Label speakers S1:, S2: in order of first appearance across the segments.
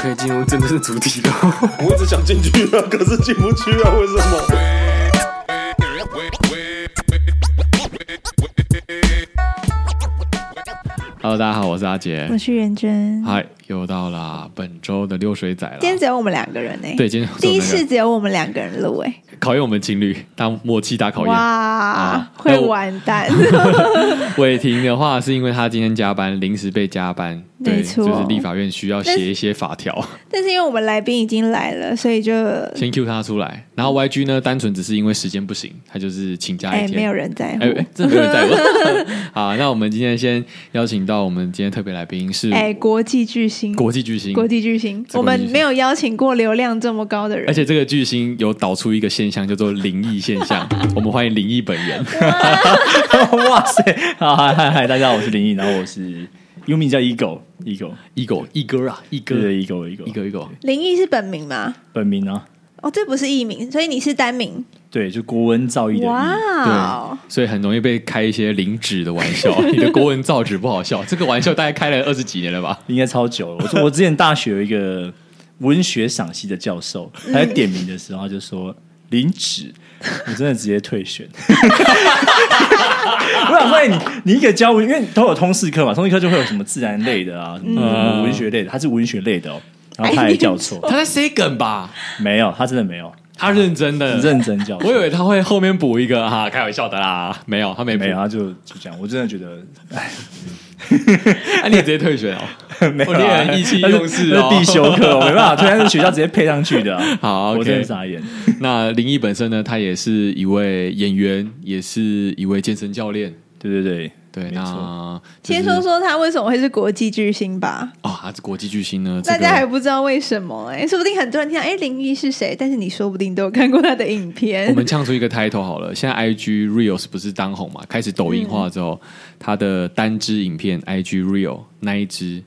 S1: 可以进入真正的主题了。
S2: 我一直想进去啊，可是进不去啊，为什么？
S3: Hello，大家好，我是阿杰
S4: 我。是元真。
S3: 嗨，又到了本周的溜水仔了。
S4: 今天只有我们两个人呢、
S3: 对，今天
S4: 第
S3: 是我
S4: 一次
S3: 们
S4: 只有我们两个人录哎、
S3: 那个考验我们情侣，大默契大考验。哦
S4: 哇
S3: 啊，
S4: 会
S3: 那我
S4: 完 蛋。
S3: 伟霆的话是因为他今天加班，临时被加班，对，
S4: 没错
S3: 就是立法院需要
S4: 但是
S3: 写一些法条，
S4: 但是因为我们来宾已经来了，所以就嗯
S3: 先 Q 他出来。然后 YG 呢，单纯只是因为时间不行，他就是请假
S4: 哎、
S3: 一天。
S4: 没有人在乎
S3: 哎。哎，这没有人在乎。 好，那我们今天先邀请到我们今天特别来宾是
S4: 哎、国际巨星，
S3: 国际巨星，
S4: 国际巨星，
S3: 这
S4: 我
S3: 国际
S4: 们
S3: 巨星
S4: 没有邀请过流量这么高的
S3: 而
S4: 人。
S3: 且这个巨星有导出一个现象，叫做灵异现 象。我们欢迎灵异本人。
S5: 哇塞！好嗨嗨嗨，大家好，我是林毅，然后我是 Yumi 叫 Ego，Ego，
S3: 一狗一哥啊，一哥
S5: 对对，Ego，Ego，
S3: 一哥一狗。
S4: 林毅是本名吗？
S5: 本名啊，
S4: 哦，这不是艺名，所以你是单名。
S5: 对，就国文造诣的
S4: 哇
S5: 毅，
S4: 哦，
S3: 所以很容易被开一些零指的玩笑。你的国文造纸不好笑，这个玩笑大概开了二十几年了吧？
S5: 应该超久了。我我之前大学有一个文学赏析的教授，他在点名的时候他就说林芷，我真的直接退选。 我想说，哎你你一个教文，因为都有通识课嘛，通识课就会有什么自然类的啊，什么什么文学类的，他是文学类的哦，然后他还教错，
S3: 他在 say 梗吧？
S5: 没有，他真的没有，
S3: 他认真的，
S5: 很认真教错。
S3: 我以为他会后面补一个哈、开玩笑的啦，没有，他没补
S5: 没有，。他就就这样。我真的 觉得
S3: 啊，你也直接退 选哦。
S5: 没有、
S3: 哦你也
S5: 啊，
S3: 很意气
S5: 那是
S3: 用事哦
S5: 那是必修课、哦，没办法，推然是学校直接配上去的啊、
S3: 好，OK
S5: 我真的傻眼。
S3: 那林毅本身呢，他也是一位演员，也是一位健身教练。
S5: 对对对，
S3: 对，
S5: 没错。
S3: 那
S4: 先
S3: 就是
S4: 说说他为什么会是国际巨星吧，
S3: 哦，他是国际巨星呢，这
S4: 大
S3: 个
S4: 家还不知道为什么哎、说不定很多人听到哎、林毅是谁，但是你说不定都有看过他的影片
S3: 我。们唱出一个 title 好了。现在 IG Reels 不是当红嘛？开始抖音化之后，它的单支影片 IG Reel 那一支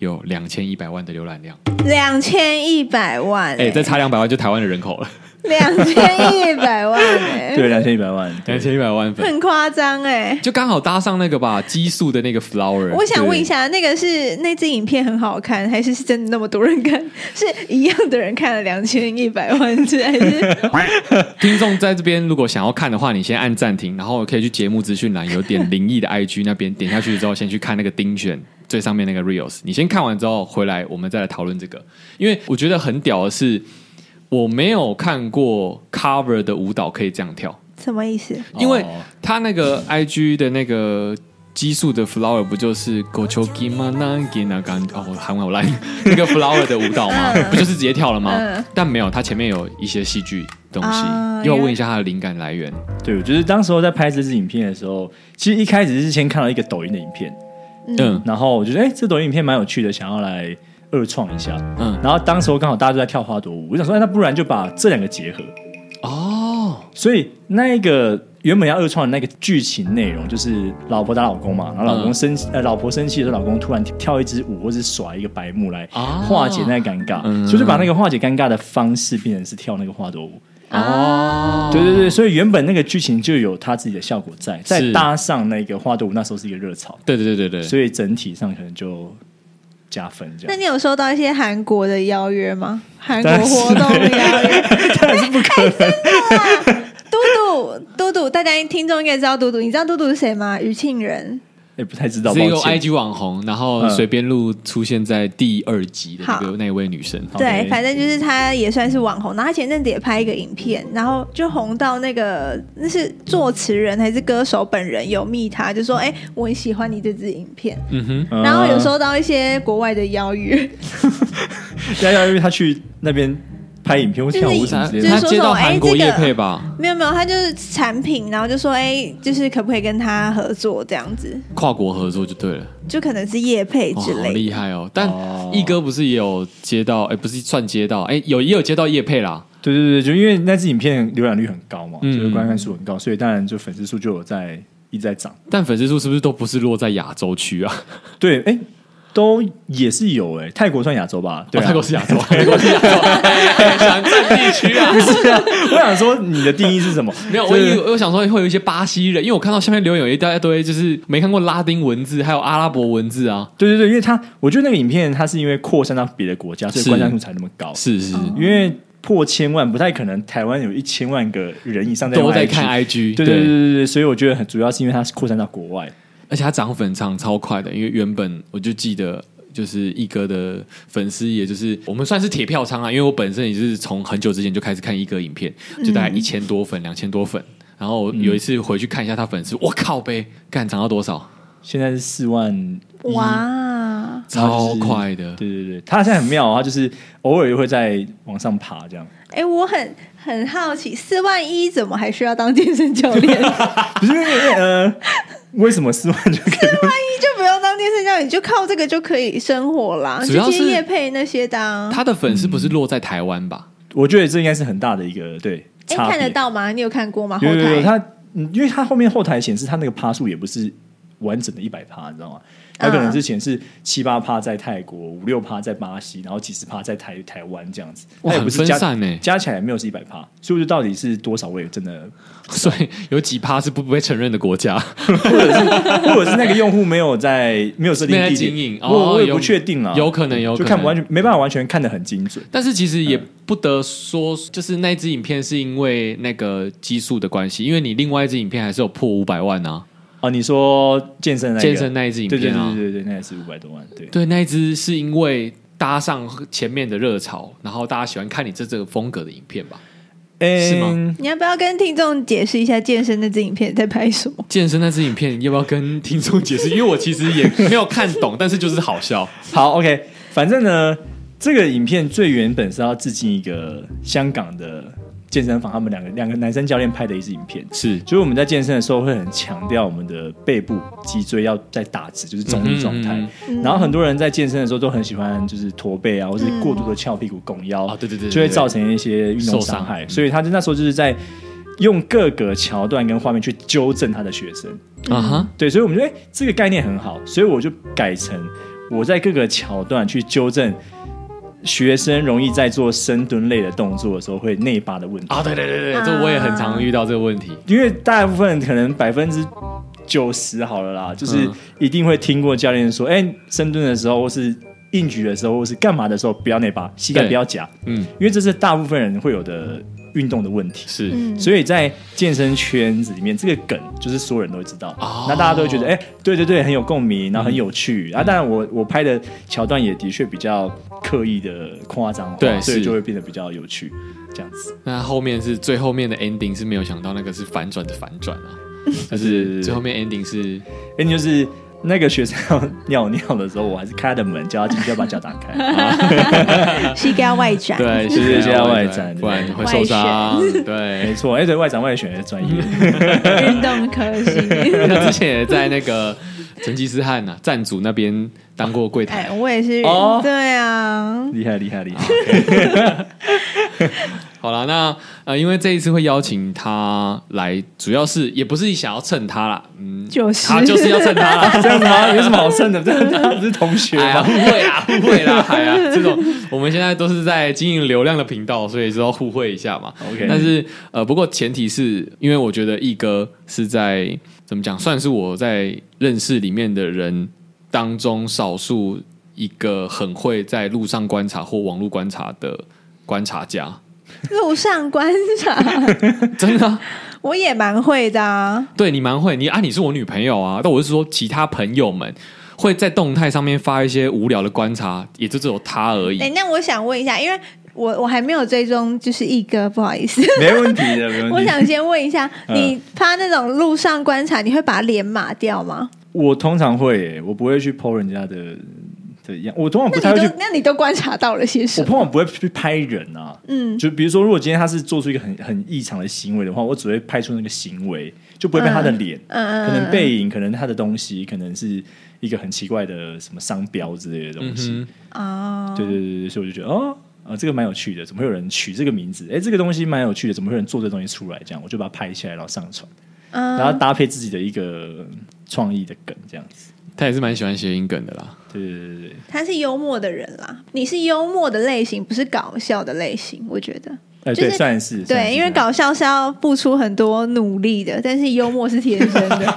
S3: 有两千一百万的浏览量，
S4: 两千一百万、
S3: 哎、
S4: 欸，
S3: 再差两百万就台湾的人口了，
S4: 两千一百万、欸，
S5: 对，两千一百万，
S3: 两
S5: 对
S3: 千一百万粉，
S4: 很夸张哎。
S3: 就刚好搭上那个吧，激素的那个 flower。
S4: 我想问一下，那个是那支影片很好看，还是是真的那么多人看？是一样的人看了两千一百万次，还是
S3: 对，听众在这边如果想要看的话，你先按暂停，然后可以去节目资讯栏有点灵异的 IG 那边点下去之后，先去看那个丁选。最上面那个 reels，你先看完之后回来，我们再来讨论这个。因为我觉得很屌的是，我没有看过 cover 的舞蹈可以这样跳，
S4: 什么意 思？
S3: 因为
S5: 哦
S3: 他那个 IG 的那个激素的 flower 不就是 g o c h o g i m a n a g i n a g a n 哦，我韩文好烂，那个 flower 的舞蹈吗？不就是直接跳了吗
S4: 嗯？
S3: 但没有，它前面有一些戏剧东西
S4: 啊，
S3: 要问一下它的灵感来源。
S5: 对，我就是当时候在拍这支影片的时候，其实一开始是先看到一个抖音的影片，
S3: 嗯
S5: 然后我觉得哎、这抖音影片蛮有趣的，想要来二创一下。
S3: 嗯，
S5: 然后当时候刚好大家都在跳花朵舞，我想说，哎那不然就把这两个结合。
S3: 哦，
S5: 所以那一个原本要二创的那个剧情内容，就是老婆打老公嘛，然后老公生、呃老婆生气的时候，老公突然跳一支舞或是耍一个白目来
S3: 啊
S5: 化解那个尴尬，
S3: 嗯
S5: 所以就把那个化解尴尬的方式变成是跳那个花朵舞。
S3: 哦，
S5: 对对对，所以原本那个剧情就有它自己的效果在，再
S3: 是
S5: 搭上那个花朵舞，那时候是一个热潮，
S3: 对对对对对，
S5: 所以整体上可能就加分这
S4: 那
S5: 样。
S4: 你有收到一些韩国的邀约吗？韩国
S5: 当然是
S4: 活动的邀约？哎
S5: 当然是 不可能，
S4: 啊嘟嘟嘟嘟，大家听众应该知道嘟嘟，你知道嘟嘟是谁吗？余庆仁。
S5: 也哎不太知道，
S3: 是一个
S5: 抱歉。
S3: IG 网红，然后随便录出现在第二集的那个
S4: 嗯好
S3: 那一位女生。
S4: 对
S5: OK，
S4: 反正就是他也算是网红，然后他前阵子也拍一个影片，然后就红到那个那是作词人还是歌手本人有密他，就说：“哎、我很喜欢你这支影片。
S3: 嗯哼，
S5: 嗯
S4: 然后 有收到一些国外的邀约，
S5: 要啊要因为他去那边拍影片或跳舞什么之类
S4: 就是
S5: 的，
S3: 她接到韩国
S4: 就是说
S3: 业
S4: 哎这个
S3: 配吧，
S4: 没有没有，他就是产品，然后就说：“哎、就是可不可以跟他合作这样子？
S3: 跨国合作就对了。
S4: 就可能是业配
S3: 哦，
S4: 之
S3: 好
S4: 类的。
S3: 厉害哦！但
S5: 哦
S3: 一哥不是也有接到，哎、不是算接到，哎、有也有接到叶配啦，
S5: 对对对，就因为那支影片浏览率很高嘛，
S3: 嗯
S5: 就是观看数很高，所以当然就粉丝数就有在一直在涨。
S3: 但粉丝数是不是都不是落在亚洲区啊？
S5: 对，哎，都也是有哎、泰国算亚洲吧？对、
S3: 哦
S5: 啊
S3: 泰国是 亚洲， 泰国是亚洲，哎想占地区 啊。
S5: 是啊，我想说你的定义是什么？
S3: 没有，
S5: 就
S3: 我
S5: 是
S3: 以为我想说会有一些巴西人，因为我看到下面留言有一大堆，就是没看过拉丁文字，还有阿拉伯文字啊。
S5: 对对对，因为他我觉得那个影片它是因为扩散到别的国家，所以
S3: 是
S5: 观看数才那么高。
S3: 是是，
S5: 因为破千万不太可能，台湾有一千万个人以上在
S3: 都
S5: 用
S3: 在
S5: IG
S3: 看 IG，
S5: 对对对对对，所以我觉得很主要是因为它是扩散到国外。
S3: 而且他涨粉涨超快的，因为原本我就记得。就是一哥的粉丝，也就是我们算是铁票仓啊，因为我本身也是从很久之前就开始看一哥影片，
S5: 嗯
S3: 就大概一千多粉、两千多粉，然后有一次回去看一下他粉丝，我靠呗，干涨到多少？
S5: 现在是四万一，
S4: 哇，
S5: 然后
S3: 超
S5: 就是
S3: 快的，
S5: 对对对，它现在很妙哦，它就是偶尔又会在往上爬这样。
S4: 哎、我很很好奇，四万一怎么还需要当健身教练？万
S5: 不是因为因为呃，为什么四万就可以？
S4: 一就不用当健身教练，你就靠这个就可以生活啦，
S3: 主要
S4: 就接
S3: 是
S4: 业配那些的、啊。
S3: 他的粉丝不是落在台湾吧？
S5: 我觉得这应该是很大的一个对
S4: 哎、
S5: 差别。
S4: 看得到吗？你有看过吗？后
S5: 有有
S4: 台
S5: 有，它嗯因为它后面后台显示它那个趴数也不是完整的一百趴，你知道吗？它
S4: 嗯
S5: 可能之前是七八趴在泰国，五六趴在巴西，然后几十趴在台台湾这样子，
S3: 哇
S5: 它也不是
S3: 很分
S5: 加
S3: 散 欸
S5: 加起来没有是一百趴，所以我就到底是多少我也真的，
S3: 所以有几趴是不被承认的国 家，
S5: 或者是那个用户没有在没有设定
S3: 没在
S5: 地点
S3: 经营哦
S5: 我我也
S3: 有
S5: 不确定了，
S3: 有可能有可
S5: 就
S3: 能
S5: 看不完全没办法完全看得很精准。
S3: 但是其实也不得说，就是那一支影片是因为那个基数的关系，因为你另外一支影片还是有破五百万啊。
S5: 哦，你说健身那个
S3: 健身那一支影片啊
S5: 对对对对对，那也是五百多万，对
S3: 对，那一支是因为搭上前面的热潮，然后大家喜欢看你这这个风格的影片吧。
S5: 诶
S3: 是吗
S4: 你要不要跟听众解释一下健身那支影片在拍什 么？
S3: 健身那支影片要不要跟听众解释？因为我其实也没有看懂，但是就是好笑。
S5: 好，OK，反正呢，这个影片最原本是要致敬一个香港的健身房，他们两个两个男生教练拍的一支影片。
S3: 是
S5: 就是我们在健身的时候会很强调我们的背部脊椎要在打直，就是中立状态。
S3: 嗯
S5: 然后很多人在健身的时候都很喜欢就是驼背啊，或是过度的翘屁股、拱腰，
S3: 哦对对对对
S5: 就会造成一些运动
S3: 受伤
S5: 伤害。
S3: 嗯
S5: 所以他就那时候就是在用各个桥段跟画面去纠正他的学生。
S3: 啊哈，
S5: 对，所以我们觉得、哎这个概念很好，所以我就改成我在各个桥段去纠正学生容易在做深蹲类的动作的时候会内八的问题，
S3: 啊对对对对，这我也很常遇到这个问题。
S5: 因为大部分可能百分之。九十好了啦，就是
S3: 嗯
S5: 一定会听过教练说，哎、深蹲的时候，或是硬举的时候，或是干嘛的时候，不要内八，膝盖
S3: 对
S5: 不要夹，
S3: 嗯，
S5: 因为这是大部分人会有的运动的问题。
S3: 是
S4: 嗯，
S5: 所以在健身圈子里面，这个梗就是所有人都会知道，
S3: 哦嗯
S5: 那大家都会觉得，哎、对对对，很有共鸣，然后很有趣。啊，当然我我拍的桥段也的确比较刻意的夸张化，
S3: 对
S5: 所以
S3: 是
S5: 就会变得比较有趣，这样子。
S3: 那后面是最后面的 ending 是没有想到那个是反转的反转啊， 就是最后面 ending 是
S5: 哎、就是那个学生要尿尿的时候，我还是开他的门，叫他进去，要把脚打开。
S4: 膝盖要外 展，
S3: 对，
S5: 就是一些外
S3: 展，
S5: 展
S3: 不然会受伤。
S5: 没
S3: 对，
S5: 错，哎、对，外展外选的专业，
S3: 嗯
S4: 运动科 系。
S3: 他之前也在那个成吉思汗呐、啊、赞主那边当过柜台。
S4: 哎，我也是，
S5: 哦
S4: 对啊，
S5: 厉害厉害厉 害。
S3: 好了，那呃，因为这一次会邀请他来，主要是也不是想要蹭他啦，嗯，
S4: 就是
S3: 他就是要蹭他啦。
S5: 这样子吗？有什么好剩的？这样他不是同 学
S3: 哎呀，
S5: 吗？
S3: 互惠啊，互惠啦，哎呀，这种我们现在都是在经营流量的频道，所以是要互惠一下嘛。
S5: OK
S3: 但是呃，不过前提是因为我觉得毅哥是在怎么讲，算是我在认识里面的人当中少数一个很会在路上观察或网络观察的观察家，
S4: 路上观察，
S3: 真的啊、
S4: 我也蛮会的 啊。
S3: 对你蛮会，你啊，你是我女朋友啊，但我是说其他朋友们。会在动态上面发一些无聊的观察，也就只有他而已。
S4: 哎，那我想问一下，因为我我还没有追踪，就是一哥，不好意 思，
S5: 没问题的，没问题。
S4: 我想先问一下，
S5: 嗯
S4: 你发那种路上观察，你会把脸码掉吗？
S5: 我通常会耶、我不会去剖人家的的样，我通常不
S4: 那
S5: 太会
S4: 你
S5: 去
S4: 都那你都观察到了些什
S5: 我
S4: 么？
S5: 通常不会去拍人啊，
S4: 嗯，
S5: 就比如说，如果今天他是做出一个很很异常的行为的话，我只会拍出那个行为，就不会被他的脸，
S4: 嗯嗯
S5: 可能背影，可能他的东西，可能是一个很奇怪的什么商标之类的东西。
S3: 嗯
S4: 啊，
S5: 对对对对，所以我就觉得哦。啊，这个蛮有趣的，怎么会有人取这个名字？
S4: 嗯
S5: 哎，这个东西蛮有趣的，怎么会有人做这东西出来？这样我就把它拍起来，然后上传，
S4: 嗯
S5: 然后搭配自己的一个创意的梗，这样子。
S3: 他也是蛮喜欢谐音梗的啦。
S5: 对对对对对，
S4: 他是幽默的人啦，你是幽默的类型，不是搞笑的类型，我觉得。
S5: 哎、
S4: 就是
S5: 对，算是算是啊
S4: 对，因为搞笑是要付出很多努力的，但是幽默是天生 的。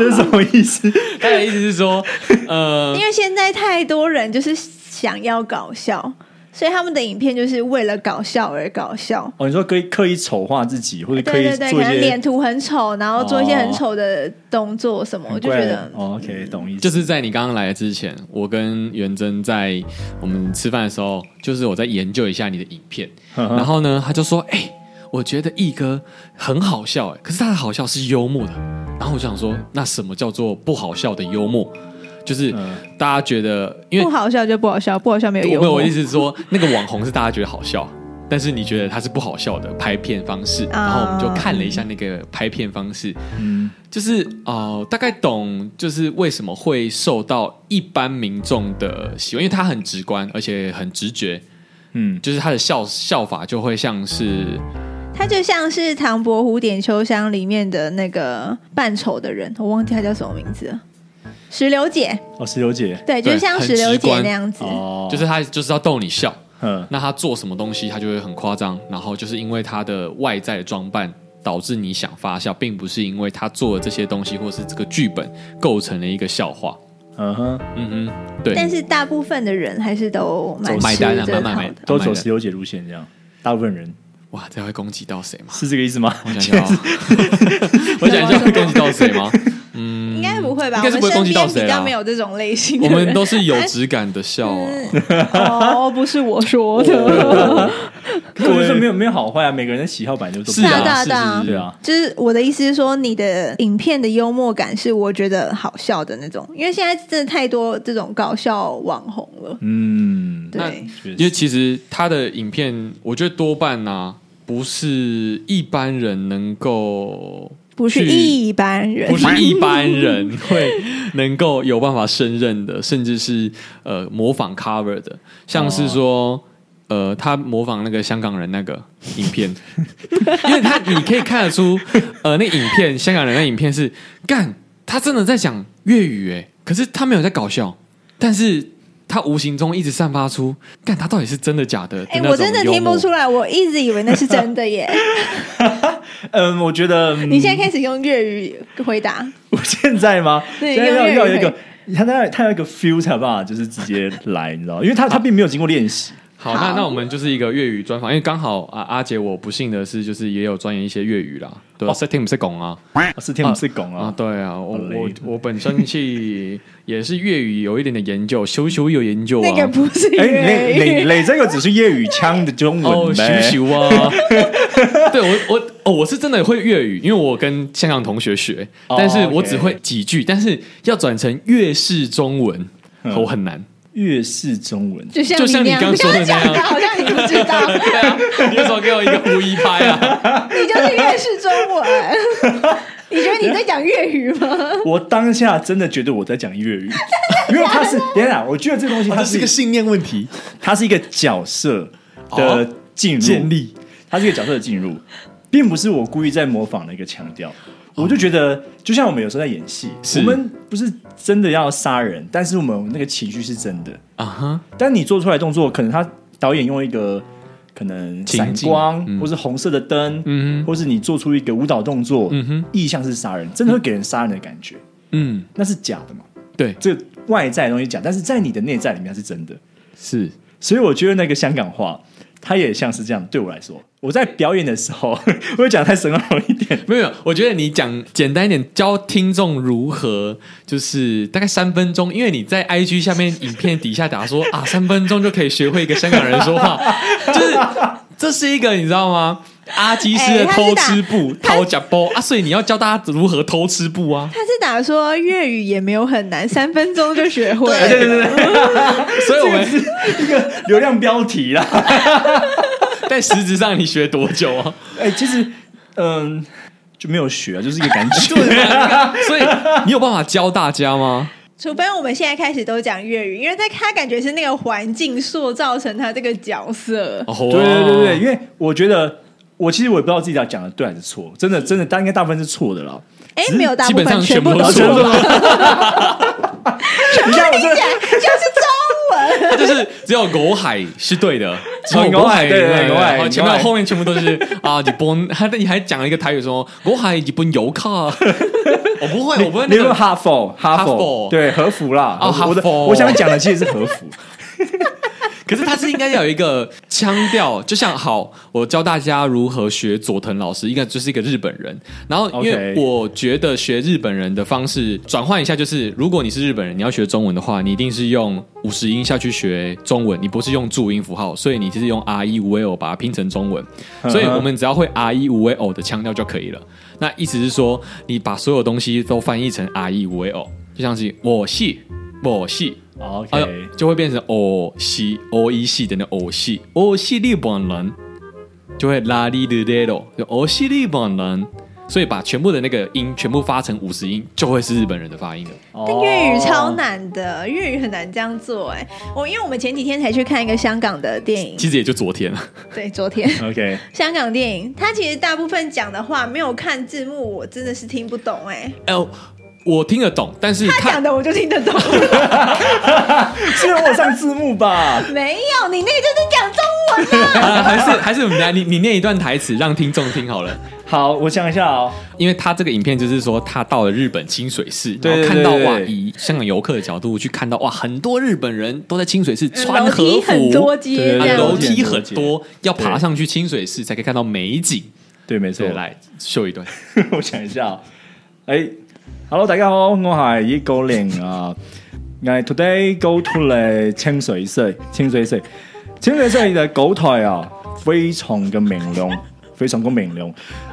S5: 这是什么意思？
S3: 他的意思是说，
S5: 嗯
S3: 呃
S4: 因，为现在太多人就是想要搞笑，所以他们的影片就是为了搞笑而搞笑。
S5: 哦，你说可以刻意丑化自己，或者刻
S4: 对
S5: 意
S4: 对对，可
S5: 做一
S4: 能
S5: 些
S4: 脸图很丑，然后做一些
S5: 哦
S4: 很丑的动作什么，我
S5: 很
S4: 就觉
S5: 怪的
S4: 得
S5: 哦，OK，懂意思，
S3: 就是在你刚刚来之前，我跟元真在我们吃饭的时候，就是我在研究一下你的影片，
S5: 嗯哼
S3: 然后呢，他就说：“哎、我觉得毅哥很好笑，哎，可是他的好笑是幽默的。”然后我就想说，那什么叫做不好笑的幽默？就是
S5: 嗯
S3: 大家觉得，因为
S4: 不好笑就不好笑，不好笑没有
S3: 我
S4: 幽
S3: 没有，
S4: 默
S3: 我意思是说，那个网红是大家觉得好笑，但是你觉得他是不好笑的拍片方式。然后我们就看了一下那个拍片方式，
S5: 啊嗯
S3: 就是哦、呃大概懂，就是为什么会受到一般民众的喜欢，因为他很直观，而且很直觉，
S5: 嗯，
S3: 就是他的笑笑法就会像是
S4: 他就像是《唐伯虎点秋香》里面的那个扮丑的人，我忘记他叫什么名字了。石榴姐，
S5: 哦，石榴姐，
S4: 对，就
S3: 对
S4: 像
S3: 很
S4: 石榴
S3: 直
S4: 姐
S3: 观
S4: 那样子。
S5: 哦，
S3: 就是他就是要逗你笑。
S5: 嗯
S3: 那他做什么东西，他就会很夸张，然后就是因为他的外在的装扮导致你想发笑，并不是因为他做的这些东西或是这个剧本构成了一个笑话。
S5: 嗯哼，
S3: 嗯哼，对，
S4: 但是大部分的人还是都蛮
S3: 买
S4: 吃
S3: 单啊
S4: 这
S3: 买买
S4: 套
S3: 买
S4: 的。
S5: 都走石榴姐路线这样，大部分人
S3: 哇，这会攻击到谁吗？
S5: 是这个意思吗？
S3: 我想想啊，我想一下会攻击到谁吗？
S4: 应该不会吧？
S3: 嗯应该是不会
S4: 我
S3: 攻
S4: 们
S3: 击
S4: 身边
S3: 到
S4: 比
S3: 谁
S4: 较
S3: 啦
S4: 没有这种类型
S3: 我
S4: 的人。
S3: 们都是有质感的笑啊。
S4: 哦，不是我说的，
S5: 可是我说没有没有好坏啊，每个人的喜好版就都不一
S3: 是
S5: 样
S4: 对啊
S3: 啊，
S4: 对啊
S3: 是
S5: 对
S3: 是
S5: 啊，
S4: 就是我的意思是说，你的影片的幽默感是我觉得好笑的那种，因为现在真的太多这种搞笑网红了。
S5: 嗯，
S3: 那
S4: 对，
S5: 确
S3: 因为
S5: 实
S3: 其实他的影片，我觉得多半呢、不是一般人能够，
S4: 不是
S3: 去
S4: 一般人，
S3: 不是一般人会能够有办法胜任的，甚至是呃模仿 cover 的，像是说。呃，他模仿那个香港人那个影 片，因为他你可以看得出，呃，那影片香港人那影片是干，他真的在讲粤语哎，可是他没有在搞笑，但是他无形中一直散发出干他到底是真的假的的
S4: 哎、
S3: 那种幽默，
S4: 我真的听不出来，我一直以为那是真 的耶。
S5: 嗯，我觉得嗯
S4: 你现在开始用粤语回答，
S5: 我现在吗？
S4: 对
S5: 现在要
S4: 用粤语
S5: 要有一个
S4: 可，
S5: 他他他要一个 feel 才有办法，就是直接来，你知道吗，因为
S4: 啊
S5: 他他并没有经过练习。
S3: 好，
S4: 好
S3: 那那我们就是一个粤语专访，因为刚好啊，阿杰我不幸的是，就是也有钻研一些粤语啦，对吧、
S5: 哦
S3: s e t t i n g 是拱啊，
S5: 是天不是拱
S3: 啊
S5: 啊，
S3: 对啊，我
S5: 好累
S3: 我我本身是也是粤语有一点点研究，修修有研究啊，
S4: 那个不是
S5: 哎，磊
S4: 粤
S5: 磊
S4: 语。
S5: 磊，这个只是粤语腔的中
S3: 哦，
S5: 文
S3: 修
S5: 呗。
S3: 修啊， 对我我哦，我是真的会粤语，因为我跟香港同学学，
S5: 哦
S3: 但是
S5: OK
S3: 我只会几句，但是要转成粤式中文，
S5: 嗯
S3: 我很难。
S5: 粤式中文，
S4: 就像
S3: 就像
S4: 你
S3: 你
S4: 那样
S3: 刚说的那样
S4: 你刚刚讲的， 好像你不知道，
S3: 对啊，你为什么给我一个无一拍 啊？
S4: 你就是粤式中文。你觉得你在讲粤语吗？
S5: 我当下真的觉得我在讲粤语，因为他是等一下，我觉哦得这个东西它是一个
S3: 信念问题。
S5: 它是一个角色的
S3: 哦
S5: 进入
S3: 建立，
S5: 它是一个角色的进入，并不是我故意在模仿的一个腔调。我就觉得，就像我们有时候在演戏，
S3: 是
S5: 我们不哦是真的要杀人，但是我们那个情绪是真的。
S3: 啊哈，
S5: 但你做出来的动作，可能他导演用一个可能闪
S3: 情境
S5: 光，
S3: 嗯
S5: 或是红色的灯，
S3: 嗯哼
S5: 或是你做出一个舞蹈动作，
S3: 嗯哼
S5: 意向是杀人，真的会给人杀人的感觉，
S3: 嗯，
S5: 那是假的嘛？
S3: 对，
S5: 这个外在的东西假，但是在你的内在里面它是真的。
S3: 是。
S5: 所以我觉得那个香港话，它也像是这样。对我来说，我在表演的时候， 我会讲太神了一点。
S3: 没有，没有我觉得你讲简单一点，教听众如何，就是大概三分钟，因为你在 IG 下面影片底下打说啊， 三分钟就可以学会一个香港人说话， 就是这是一个你知道吗？阿基斯
S4: 哎
S3: 的
S4: 他是
S3: 偷
S4: 打
S3: 吃布、偷假包啊，所以你要教大家如何偷吃布 啊，
S4: 他是打说粤语也没有很难，三分钟就学会。
S5: 对对 对，
S3: 所以我们
S5: 一个流量标题啦。
S3: 但实质上你学多久啊？
S5: 哎、其实，嗯，就没有学啊，就是一个感 觉。
S3: 所以你有办法教大家吗？
S4: 除非我们现在开始都讲粤语，因为在他感觉是那个环境塑造成他这个角色。
S3: 哦，
S5: 对对对对，因为我觉得我其实我也不知道自己要讲的对还是错，真的真的，大应该大部分是错的啦。
S4: 哎，没有大
S3: 基
S4: 部
S3: 本上
S4: 分，全部
S3: 部
S4: 都
S3: 都
S4: 是
S3: 错
S4: 我，
S3: 了，
S5: 你看我这
S4: 就是中文。
S3: 它就是只有狗海是对的，只有
S5: 哦狗海对对
S3: 然后
S5: 狗海
S3: 然后前
S5: 狗
S3: 面
S5: 海
S3: 后面全部都是 啊，日本，他你还讲了一个台语说狗海日本游客，我不会，我不会那
S5: 你们
S3: 个。
S5: 哈佛哈佛
S3: 佛
S5: 对和服啦，
S3: 哦
S5: 和服我的
S3: 哈佛
S5: 我想讲的其实是和服，
S3: 可是他是应该要有一个腔调，就像好，我教大家如何学佐藤老师，应该就是一个日本人。然后，因为
S5: OK
S3: 我觉得学日本人的方式转换一下，就是如果你是日本人，你要学中文的话，你一定是用五十音下去学中文，你不是用注音符号，所以你就是用 R 一五 A O 把它拼成中文。所以我们只要会 R 一五 A O 的腔调就可以了。那意思是说，你把所有东西都翻译成 R 一五 A O，就像是我是我是。哎
S5: OK，、
S3: 呦就会变成哦西哦一系的那哦西哦西日本人，就会拉里的勒咯，就哦西日本人，所以把全部的那个音全部发成五十音，就会是日本人的发音了。
S5: 哦
S4: 但粤语超难的，粤语很难这样做哎、我因为我们前几天才去看一个香港的电影，
S3: 其实也就昨天了，
S4: 对，昨天
S5: OK，
S4: 香港电影，它其实大部分讲的话没有看字幕，我真的是听不懂哎、
S3: 哎、呦，我听得懂，但是
S4: 他
S3: 看
S4: 讲的我就听得懂，
S5: 是我上字幕吧？
S4: 没有你那个就是讲中文啊
S3: 啊还是还是我们来你你念一段台词让听众听好了。
S5: 好，我想一下哦。
S3: 因为他这个影片就是说，他到了日本清水寺，
S5: 对
S3: 然后看到
S5: 对对
S3: 哇，
S5: 对
S3: 以香港游客的角度去看到哇，很多日本人都在清水寺穿
S4: 嗯楼
S3: 和
S4: 梯
S3: 服，
S4: 很多阶
S5: 对
S4: 这
S3: 啊，
S5: 对
S3: 楼
S4: 样。
S3: 梯很多，要爬上去清水寺才可以看到美景。
S5: 对，没错
S3: 对，。来秀 一段。
S5: 我想一下哦，哎，Hello，大家好，我係葉高玲啊。I today go to 嚟清水寺，清水寺，清水寺嘅舞台啊，非常嘅明亮，非常嘅明亮。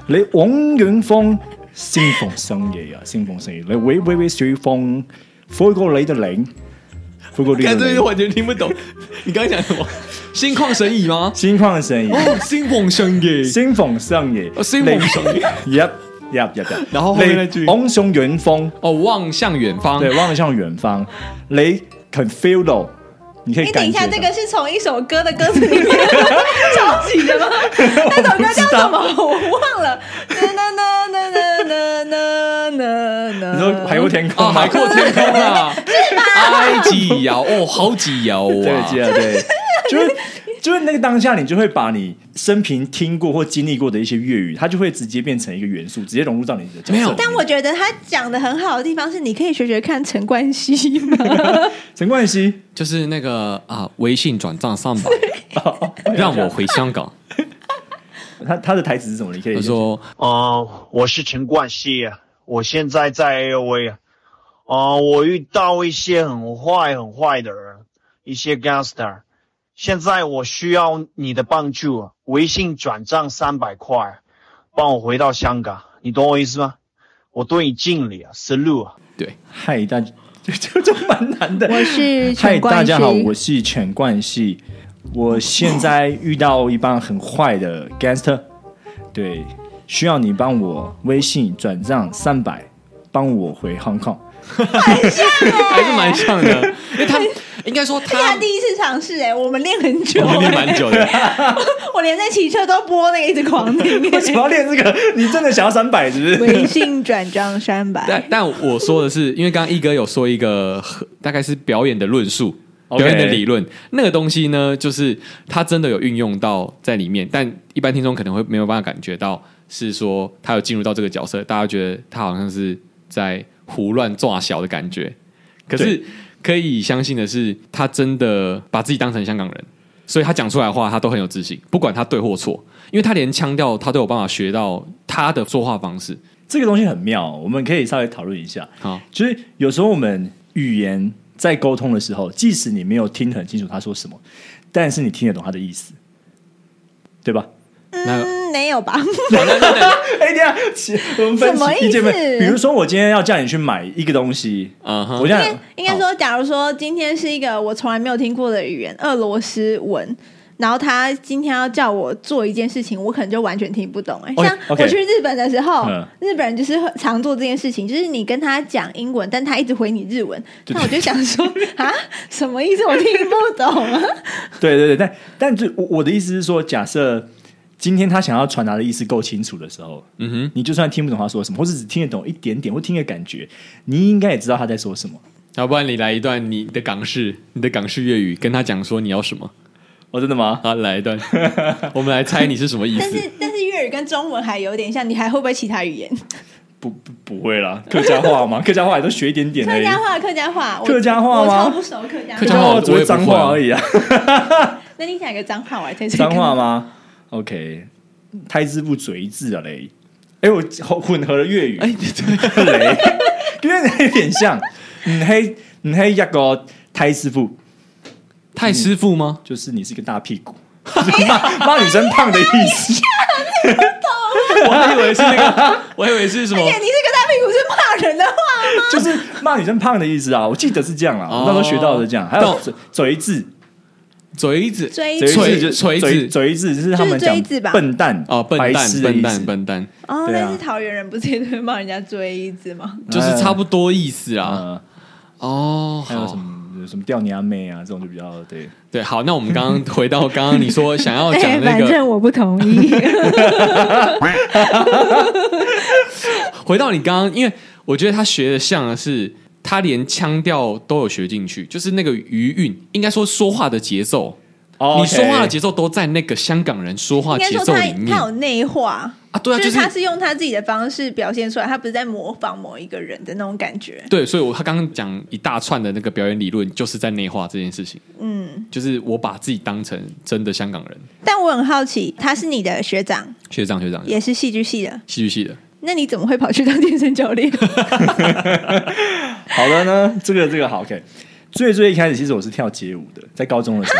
S5: 你往遠方先放生意啊，先放生意。你微微微小風，飛過你嘅領，飛過你
S3: 看这
S5: 嘅
S3: 些
S5: 領，
S3: 完全听不懂，你刚才讲什么？ 心旷神怡吗？
S5: 先放生意，
S3: 哦，心旷神怡，
S5: 先放生意，
S3: 哦先放生意
S5: 你。Yep yep yep yep。
S3: 然後後面那句
S5: 你往上遠方。
S3: 哦，望向远方。
S5: 对，望向远方，你 can feel 到，你可以
S4: 你哎等
S5: 感
S4: 一
S5: 觉
S4: 下，
S5: 到。
S4: 这个是从一首歌的歌词里面抄袭的吗？那首歌叫什么？我忘了。呐呐呐呐呐呐呐呐
S5: 你说海阔天 空
S3: 哦，
S5: 吗
S3: 海阔天空啊，埃及摇哦，好几摇
S5: 对，记
S3: 啊！
S5: 得对， 就是就是那个当下，你就会把你生平听过或经历过的一些粤语，它就会直接变成一个元素，直接融入到你的角色里面。
S3: 没有
S4: 但我觉得他讲的很好的地方是，你可以学学看陈冠希嘛，
S5: 陈冠希，
S3: 就是那个啊，微信转账上百，
S5: 哦
S3: 让我回香港。
S5: 他他的台词是什么？你可以
S3: 他说
S6: 哦、我是陈冠希，我现在在 A O A。哦、我遇到一些很坏很坏的人，一些 gangster。现在我需要你的帮助，微信转账三百块，帮我回到香港，你懂我意思吗？我对你敬礼啊，思路啊。
S5: 嗨大， 就就蛮难的。
S4: 我是
S5: 嗨，
S4: 陈冠希
S5: 大家好，我是陈冠希，我现在遇到一帮很坏的 gangster，对，需要你帮我微信转账三百，帮我回 Hong Kong。
S3: 还是蛮像的，因为他应该说
S4: 这是他
S3: 他。
S4: 第一次尝试哎，我们练很 久
S3: 我，们练蛮久的，
S4: 我连在骑车都播那个，一直狂听。
S5: 为什么要练这个？你真的想要三百是不是？
S4: 微信转账三
S3: 但
S4: 百，
S3: 但我说的是，因为刚刚一哥有说一个呃大概是表演的论述。
S5: OK
S3: 表演的理论那个东西呢，就是他真的有运用到在里面，但一般听众可能会没有办法感觉到，是说他有进入到这个角色，大家觉得他好像是在胡乱抓小的感觉。可是可以相信的是，他真的把自己当成香港人，所以他讲出来的话，他都很有自信，不管他对或错，因为他连腔调他都有办法学到他的说话方式。
S5: 这个东西很妙，我们可以稍微讨论一下。
S3: 好，
S5: 就是有时候我们语言在沟通的时候，即使你没有听很清楚他说什么，但是你听得懂他的意思，对吧？
S3: 那
S4: 嗯，没有吧？
S5: 哎、 等一下起，我们分
S4: 什么
S5: 析
S4: 意
S5: 意见分。
S4: 思
S5: 比如说，我今天要叫你去买一个东西，
S3: 嗯哼
S5: 我这
S4: 应
S5: 样
S4: 该应该
S5: 好
S4: 说，假如说今天是一个我从来没有听过的语言，俄罗斯文。然后他今天要叫我做一件事情，我可能就完全听不懂、哎，
S5: 哦
S4: 像
S5: OK
S4: 我去日本的时候
S5: 嗯
S4: 日本人就是常做这件事情，就是你跟他讲英文，但他一直回你日文，那我就想说啊，什 么意思？我听不懂啊。
S5: 对对对，但但就我我的意思是说，假设今天他想要传达的意思够清楚的时候，
S3: 嗯哼，
S5: 你就算听不懂他说什么，或者只听得懂一点点，或听个感觉，你应该也知道他在说什么。
S3: 要不然你来一段你的港式，你的港式粤语，跟他讲说你要什么。
S5: 哦，真的吗？
S3: 好，来一 段，我们来猜你是什么意
S4: 但
S3: 思
S4: 是。但是粤语跟中文还有点像，你还会不会其他语言？
S5: 不不不会啦， 客家话嘛，客家话也都学一点点而
S4: 客
S5: 已。
S4: 家话，客家话，我
S5: 客家话
S4: 我
S5: 吗
S4: 超不熟客家
S3: 客家
S4: 话。
S5: 客家
S3: 话
S5: 话只
S3: 我也
S5: 会
S3: 不会
S5: 脏话而已啊，
S4: 那你讲一个脏话，我来猜猜看。
S5: 脏话吗？OK，胎字部嘴字啊嘞，哎，我混合了粤语，
S3: 哎，
S5: 雷， 因为有点像，你黑你黑一个胎师傅，
S3: 太师傅吗？
S5: 就是你是一个大屁股， 就是骂骂女生胖的意思。
S3: 我还以为是那个， 我还以为是什么
S4: 哎呀，你这个大屁股是骂人的话吗？
S5: 就是骂女生胖的意思啊，我记得是这样啦，
S3: 哦
S5: 我那时候学到的这样。还
S3: 到
S5: 有嘴嘴字，
S3: 嘴子
S4: 追
S5: 嘴
S3: 嘴
S5: 字
S3: 子
S5: 就
S3: 锤子
S5: 嘴嘴字是他
S4: 就
S5: 们
S4: 是
S5: 讲
S4: 锥子吧
S5: 笨蛋
S3: 哦，笨
S5: 白
S3: 蛋，
S5: 痴的
S3: 笨
S5: 意
S3: 蛋，
S5: 思。
S3: 笨蛋，
S4: 哦，
S5: 对啊
S4: 但是桃园人不是也都会骂人家锥子吗？
S3: 就是差不多意思啦。
S5: 啊，
S3: 哦，
S5: 还有什
S3: 好，
S5: 么有什么吊你阿妹啊这种就比较对。
S3: 对，好，那我们刚刚回到刚刚你说想要哦讲 那
S4: 哎反
S3: 个，
S4: 正我不同 意。
S3: 回到你刚刚，因为我觉得他学的像的是，他连腔调都有学进去，就是那个余韵，应该说说话的节奏。
S5: 哦
S3: 你说话的
S5: ，OK
S3: 节奏都在那个香港人说话
S4: 应该
S3: 节
S4: 说
S3: 奏
S4: 他
S3: 里面
S4: 他有内化，
S3: 啊，对啊，
S4: 就
S3: 就是
S4: 他是用他自己的方式表现出来，他不是在模仿某一个人的那种感觉。
S3: 对，所以我他刚刚讲一大串的那个表演理论，就是在内化这件事情，
S4: 嗯，
S3: 就是我把自己当成真的香港人，
S4: 但我很好奇，他是你的学长，
S3: 学长学长，
S4: 也是戏剧系的，
S3: 戏剧系的，
S4: 那你怎么会跑去当健身 教练？
S5: 好的呢，这个这个好 OK。最最一开始其实我是跳街舞的，在高中的时候，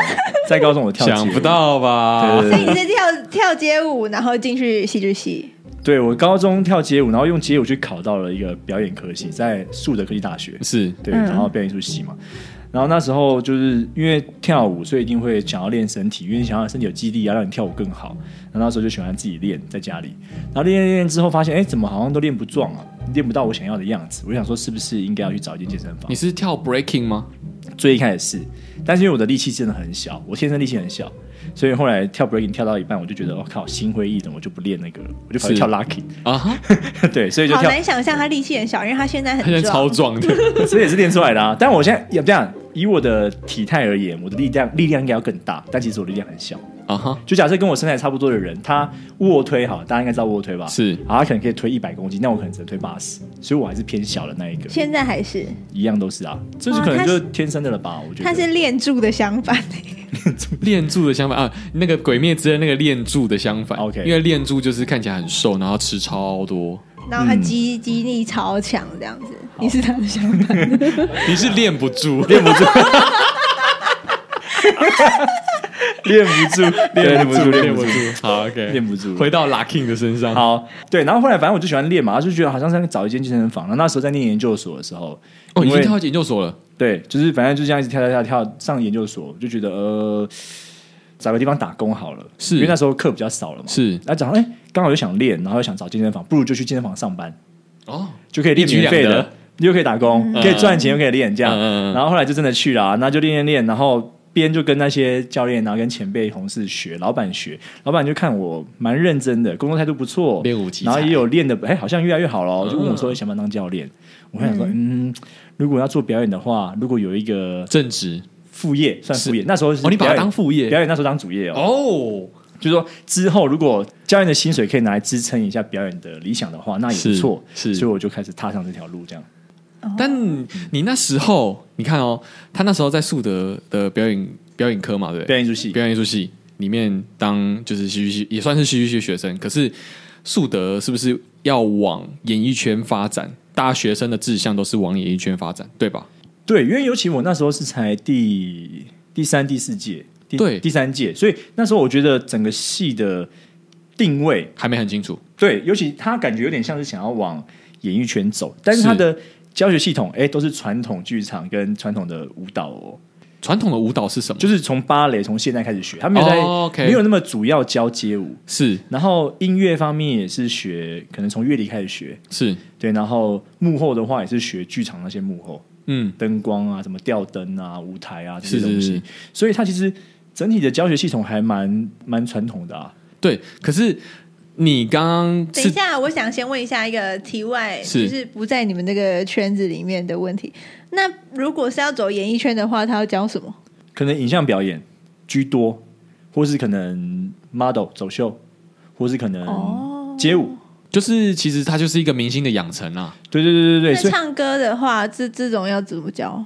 S5: 在高中我跳街舞。
S3: 想不到吧？
S5: 对，对
S4: 所以
S5: 对
S4: 你是跳跳街舞，然后进去戏剧系。
S5: 对我高中跳街舞，然后用街舞去考到了一个表演科系，在树德科技大学，
S3: 是
S5: 对，
S4: 嗯
S5: 然后表演艺术系嘛。然后那时候就是因为跳舞，所以一定会想要练身体，因为想要身体有肌力啊，让你跳舞更好。然后那时候就喜欢自己练，在家里。然后练练练之后，发现哎，怎么好像都练不壮啊，练不到我想要的样子。我想说，是不是应该要去找一间健身房
S3: 你？是跳 breaking 吗？
S5: 最一开始是，但是因为我的力气真的很小，我天生力气很小，所以后来跳 breaking 跳到一半，我就觉得我、哦靠，心灰意冷，我就不练那个了，我就跑去
S3: 是
S5: 跳 lucky。
S3: 啊哈，
S5: 对，所以就
S4: 好
S5: 跳，
S4: 难想象他力气很小，因为他现在
S3: 他现在
S4: 很
S3: 超
S4: 壮。
S3: 壮的，
S5: 所以也是练出来的啊。但我现在也这样，以我的体态而言，我的力量力量应该要更大，但其实我力量很小。
S3: 啊哈，
S5: 就假设跟我身材差不多的人，他卧推好，大家应该知道卧推吧？
S3: 是
S5: 好，他可能可以推一百公斤，但我可能只能推八十，所以我还是偏小的那一个，
S4: 现在还是，
S5: 一样都是啊。这就
S4: 哇
S5: 可能
S4: 他
S5: 就是是天生的了吧？我觉得
S4: 他是练柱的相反。
S3: 练柱的相反啊，那个《鬼灭之刃》那个练柱的相反
S5: OK
S3: 因为练柱就是看起来很瘦，然后吃超多。
S4: 然后他肌肌力超强，这样子，你是他的相反。
S3: 你是练不住，
S5: 练啊不住，练 不住，练不 住，
S3: 练
S5: 练
S3: 不
S5: 不
S3: 住
S5: 住。。
S3: 好，OK，
S5: 练不住
S3: 回到 Lucking 的身上，
S5: 好，对，然后后来反正我就喜欢练嘛，就觉得好像在找一间健身房。然后那时候在念研究所的时候，
S3: 哦，已
S5: 因
S3: 经
S5: 为
S3: 跳到研究所了。
S5: 对，就是反正就这样一直跳跳跳跳上研究所，就觉得呃，找个地方打工好了，
S3: 是
S5: 因为那时候课比较少了嘛。
S3: 是
S5: 然后早上哎，刚好又想练，然后又想找健身房，不如就去健身房上班，
S3: 哦，
S5: 就可以练
S3: 一举
S5: 免
S3: 两
S5: 费
S3: 得嗯
S5: 的，又可以打工，可以赚钱，又可以练这样。
S3: 嗯嗯嗯
S5: 然后后来就真的去了、啊，那就练练练，然后。边就跟那些教练，然后跟前辈同事学，老板学，老板就看我蛮认真的，工作态度不错，
S3: 练武奇才
S5: 然后也有练的，哎，好像越来越好了，就问我
S3: 嗯
S5: 说想不想当教练？我还想说，嗯，如果要做表演的话，如果有一个
S3: 正职
S5: 副业，算副业。那时候是
S3: 哦，你把它
S5: 表演
S3: 当副业
S5: 表演，那时候当主业哦。
S3: 哦，
S5: 就是说之后如果教练的薪水可以拿来支撑一下表演的理想的话，那也不
S3: 是
S5: 错。
S3: 是
S5: 所以我就开始踏上这条路，这样。
S3: 但你那时候，你看哦，他那时候在树德的表演表演科嘛，对不
S5: 表
S3: 对？
S5: 演艺术系，
S3: 表演艺术系里面当就是戏剧系，也算是戏剧系的学生。可是树德是不是要往演艺圈发展？大学生的志向都是往演艺圈发展，对吧？
S5: 对，因为尤其我那时候是才第第三、第四届，第
S3: 对
S5: 第三届，所以那时候我觉得整个系的定位，
S3: 还没很清楚，
S5: 对，尤其他感觉有点像是想要往演艺圈走，但是他
S3: 是
S5: 的教学系统，哎，都是传统剧场跟传统的舞蹈哦。
S3: 传统的舞蹈是什么？
S5: 就是从芭蕾从现代开始学，他没有在、
S3: 哦，OK
S5: 没有那么主要教街舞，
S3: 是
S5: 然后音乐方面也是学，可能从乐理开始学，
S3: 是，
S5: 对，然后幕后的话也是学剧场那些幕后
S3: 嗯，
S5: 灯光啊，什么吊灯啊、舞台啊这些
S3: 是是
S5: 东西，
S3: 是
S5: 所以它其实整体的教学系统还蛮蛮传统的啊。
S3: 对，可是你刚刚
S4: 等一
S3: 是
S4: 下，我想先问一下一个题外，
S3: 是
S4: 就是不在你们这个圈子里面的问题。那如果是要走演艺圈的话，他要教什么？
S5: 可能影像表演居多，或是可能 model 走秀，或是可
S4: 哦
S5: 能街舞。
S3: 就是其实它就是一个明星的养成啊，
S5: 对对对对对，
S4: 那
S5: 所以
S4: 唱歌的话，这这种要怎么教？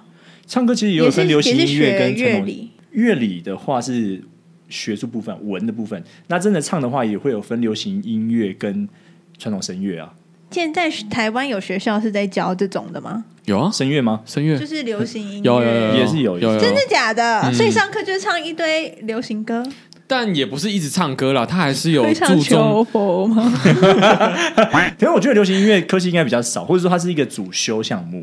S5: 唱歌其实也有
S4: 也是
S5: 分
S4: 也
S5: 流
S4: 是
S5: 行音乐
S4: 学
S5: 跟传
S4: 乐
S5: 统
S4: 理，
S5: 乐理的话是学术部分、文的部分，那真的唱的话也会有分流行音乐跟传统声乐啊。
S4: 现在台湾有学校是在教这种的吗？
S3: 有啊，
S5: 声乐吗？
S3: 声乐
S4: 就是流行音乐，
S3: 有有有有
S5: 也是有
S3: 有有，
S4: 真的假的？
S3: 嗯
S4: 所以上课就唱一堆流行歌，
S3: 但也不是一直唱歌啦，他还是有
S4: 会唱
S3: 注重
S4: 求佛吗？
S5: 可是我觉得流行音乐科系应该比较少，或者说它是一个主修项目。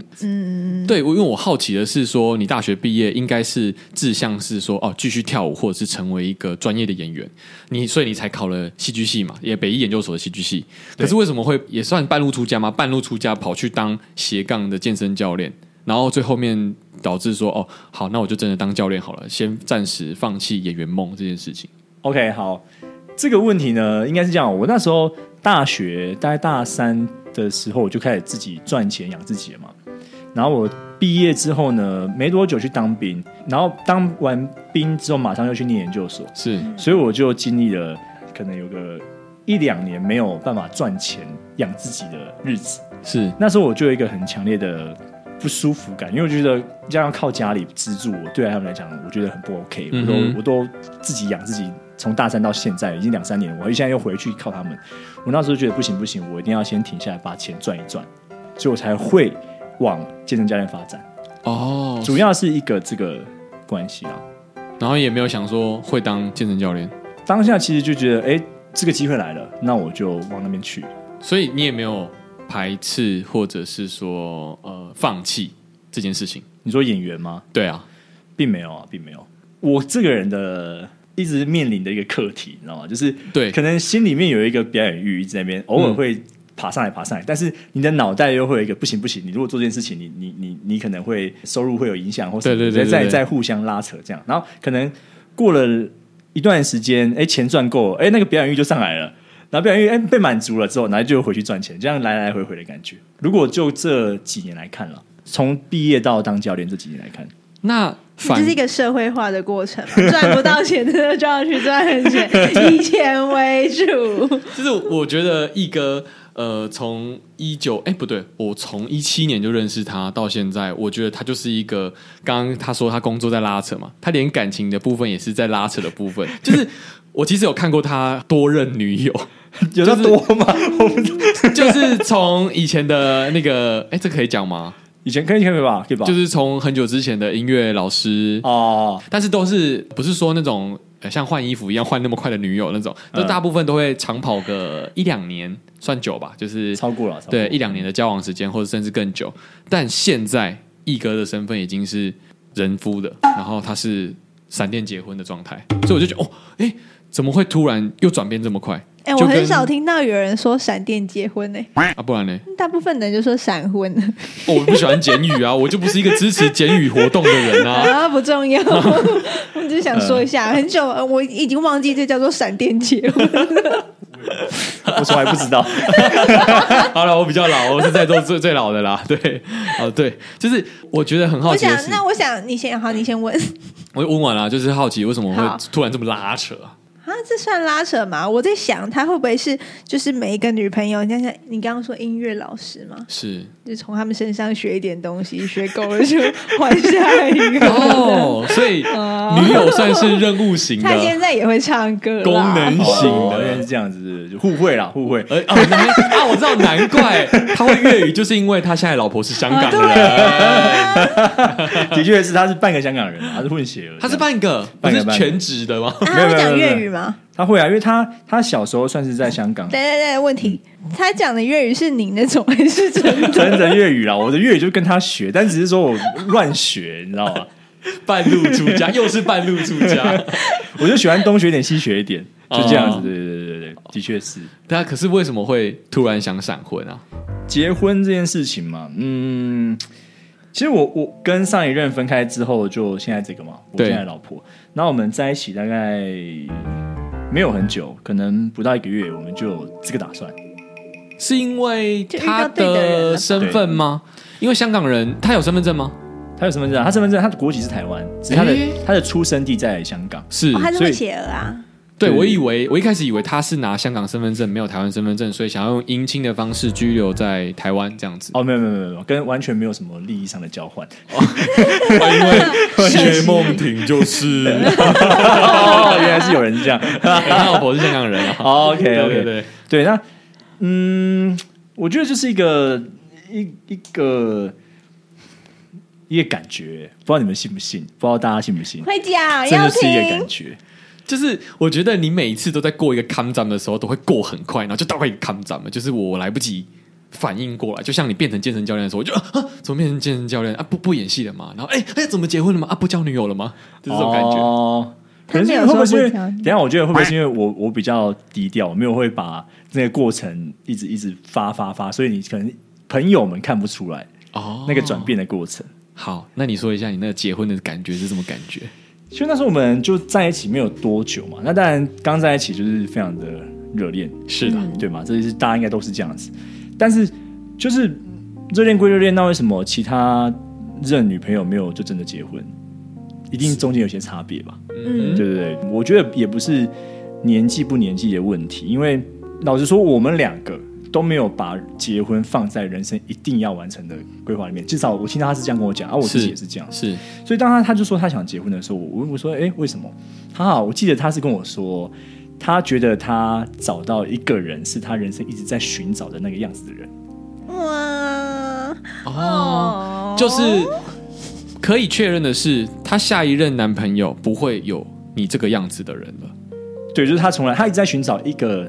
S3: 对，我因为我好奇的是说，哦你大学毕业应该是志向是说哦，继续跳舞或者是成为一个专业的演员，你所以你才考了戏剧系嘛，也北艺研究所的戏剧系。可是为什么会也算半路出家嘛？半路出家跑去当斜杠的健身教练，然后最后面导致说哦，好，那我就真的当教练好了，先暂时放弃演员梦这件事情。
S5: OK，好，这个问题呢，应该是这样。我那时候大学大概大三的时候，我就开始自己赚钱养自己了嘛。然后我毕业之后呢，没多久去当兵，然后当完兵之后，马上又去念研究所，
S3: 是
S5: 所以我就经历了可能有个一两年没有办法赚钱养自己的日子。
S3: 是，
S5: 那时候我就有一个很强烈的不舒服感，因为我觉得这样靠家里资助我，对他们来讲，我觉得很不 OK。我
S3: 嗯
S5: 都、
S3: 哼
S5: 我都自己养自己，从大三到现在已经两三年了，我现在又回去靠他们。我那时候觉得不行不行，我一定要先停下来把钱赚一赚，所以我才会往健身教练发展，
S3: 哦，
S5: 主要是一个这个关系啊。
S3: 然后也没有想说会当健身教练，
S5: 当下其实就觉得，哎、这个机会来了，那我就往那边去。
S3: 所以你也没有排斥或者是说呃放弃这件事情。
S5: 你说演员吗？
S3: 对啊，
S5: 并没有啊，并没有。我这个人的一直面临的一个课题，你知道吗？就是
S3: 对嗯
S5: 可能心里面有一个表演欲，一直在那边，偶尔会爬上来爬上来，但是你的脑袋又会有一个不行不行，你如果做这件事情，你你你你可能会收入会有影响，或什么
S3: 对对对对
S5: 再
S3: 对
S5: 再互相拉扯这样，然后可能过了一段时间，哎，钱赚够了，哎，那个表演欲就上来了。然后表演欲哎被满足了之后，然后就回去赚钱，这样来来回回的感觉。如果就这几年来看了，从毕业到当教练这几年来看，
S3: 那
S4: 这
S3: 反
S4: 是一个社会化的过程嘛， 赚不到钱的就要去赚 钱，以钱为 主。
S3: 就是我觉得一哥呃，从一九哎不对，我从一七年就认识他到现在，我觉得他就是一个刚刚他说他工作在拉扯嘛，他连感情的部分也是在拉扯的部 分，就是我其实有看过他多任女友。
S5: 有那多吗？我不知道
S3: 就是从以前的那个，哎、这可以讲吗？
S5: 以前可以可以吧，可以吧？
S3: 就是从很久之前的音乐老师，
S5: 哦，
S3: 但是都是不是说那种、呃像换衣服一样换那么快的女友那种，就
S5: 嗯
S3: 大部分都会长跑个一两年，算久吧，就是
S5: 超过了，超过
S3: 对
S5: 了
S3: 一两年的交往时间，或者甚至更久。但现在一哥的身份已经是人夫的，然后他是闪电结婚的状态，所以我就觉得哦，哎，怎么会突然又转变这么快？
S4: 哎、
S3: 就
S4: 我
S3: 跟
S4: 很少听到有人说闪电结婚呢、
S3: 啊，不然 呢？
S4: 大部分人就说闪婚
S3: 哦我不喜欢简语啊，我就不是一个支持简语活动的人啊。 嗯
S4: 啊，不重 要。我只是想说一下，很久我已经忘记这叫做闪电结婚。
S5: 我从来不知道。
S3: 好了，我比较老，我是在座最最老的啦。 对，哦对，就是我觉得很好
S4: 我
S3: 奇的
S4: 想
S3: 是，，
S4: 那我想你先好，你先问
S3: 我问完了，就是好奇为什么
S4: 好
S3: 会突然这么拉扯啊？
S4: 啊，这算拉扯吗？我在想他会不会是就是每一个女朋友，你看像你刚刚说音乐老师嘛，
S3: 是
S4: 就从他们身上学一点东西，学够了就换下一个。
S3: 哦，所以女友算是任务型
S4: 他现
S3: 的。
S4: 在也会唱歌啦，
S3: 功能
S5: 不
S3: 型
S5: 行的，原来
S3: 的
S5: 是，这样子，就互惠啦，互惠。
S3: 呃、哦，难啊，我知道，难怪他会粤语，就是因为他现在老婆是香港
S4: 啊，对
S3: 人，
S4: 啊。
S5: 的确是，他是半个香港人，他是混血儿，
S3: 他是半个，不
S5: 半个
S3: 是
S5: 半个
S3: 全职的吗？
S4: 啊
S5: 没
S4: 他
S5: 有
S4: 会
S5: 没有
S4: 讲
S5: 没有
S4: 粤语吗？
S5: 他会啊，因为他他小时候算是在香港
S4: 对对对，问题，他讲的粤语是你那种还是真的？
S5: 真的粤语啦，我的粤语就跟他学，但只是说我乱学，你知道吗？
S3: 半路出家，又是半路出家。
S5: 我就喜欢东学一点西学一点，就这样
S3: 哦
S5: 子。对对对对对，的确是。
S3: 对啊，可是为什么会突然想闪婚啊？
S5: 结婚这件事情嘛，嗯，其实我我跟上一任分开之后，就现在这个嘛，我
S3: 对
S5: 现在的老婆，那我们在一起大概没没有很久，可能不到一个月，我们就有这个打算。
S3: 是因为
S4: 就遇
S3: 他
S4: 到对的人了
S3: 的
S4: 吧
S3: 身份吗？因为香港人他有身份证吗？
S5: 他有身份证啊，他身份证，他的国籍是台湾，只是他的、
S3: 诶
S5: 他的出生地在香港。
S3: 是
S4: 哦，他是
S5: 所
S4: 会
S5: 以
S4: 写鹅啊，
S3: 对，
S5: 对
S3: 我以为我一开始以为他是拿香港身份证，没有台湾身份证，所以想要用姻亲的方式拘留在台湾这样子。
S5: 哦，没有没有没有没有，跟完全没有什么利益上的交换。
S3: 谢梦婷 就是，
S5: 哦，原来是有人 这样。哦
S3: 他哎老婆是香港人 啊。
S5: OK
S3: 对
S5: OK
S3: 对对，
S5: 对，那嗯，我觉得就是一个一一个一个感觉，不知道你们信不信，不知道大家信不信，
S4: 快讲，
S5: 真
S4: 要
S5: 的是一个
S4: 听
S5: 感。觉。
S3: 就是我觉得你每一次都在过一个康展的时候，都会过很快，然后就到一个康展了，就是我来不及反应过来，就像你变成健身教练的时候，我就啊 啊怎么变成健身教练啊？不不演戏了吗？然后哎哎怎么结婚了吗？啊不交女友了吗？就是这种感觉。
S5: 哦可
S4: 他
S5: 能
S4: 没
S5: 是
S4: 有
S5: 会不会
S4: 说
S5: 是因为？
S4: 不挑
S5: 等一下我觉得会不会是因为我我比较低调，我没有会把那个过程一直一直发发发，所以你可能朋友们看不出来
S3: 哦
S5: 那个转变的过程。
S3: 好，那你说一下你那个结婚的感觉是什么感觉？
S5: 其实那时候我们就在一起没有多久嘛，那当然刚在一起就是非常的热恋，
S3: 是的，
S5: 对嘛？这是大家应该都是这样子，但是就是热恋归热恋，那为什么其他任女朋友没有就真的结婚？一定中间有些差别吧？
S4: 嗯，
S5: 对对对，我觉得也不是年纪不年纪的问题，因为老实说，我们两个都没有把结婚放在人生一定要完成的规划里面。至少我听到他是这样跟我讲，啊，我自己也是这样。
S3: 是
S5: 所以当他他就说他想结婚的时候，我问我说，哎，为什么？他好，我记得他是跟我说，他觉得他找到一个人是他人生一直在寻找的那个样子的人。嗯
S4: 哇，
S3: 哦，就是可以确认的是，她下一任男朋友不会有你这个样子的人了。
S5: 对，就是他从来他一直在寻找一个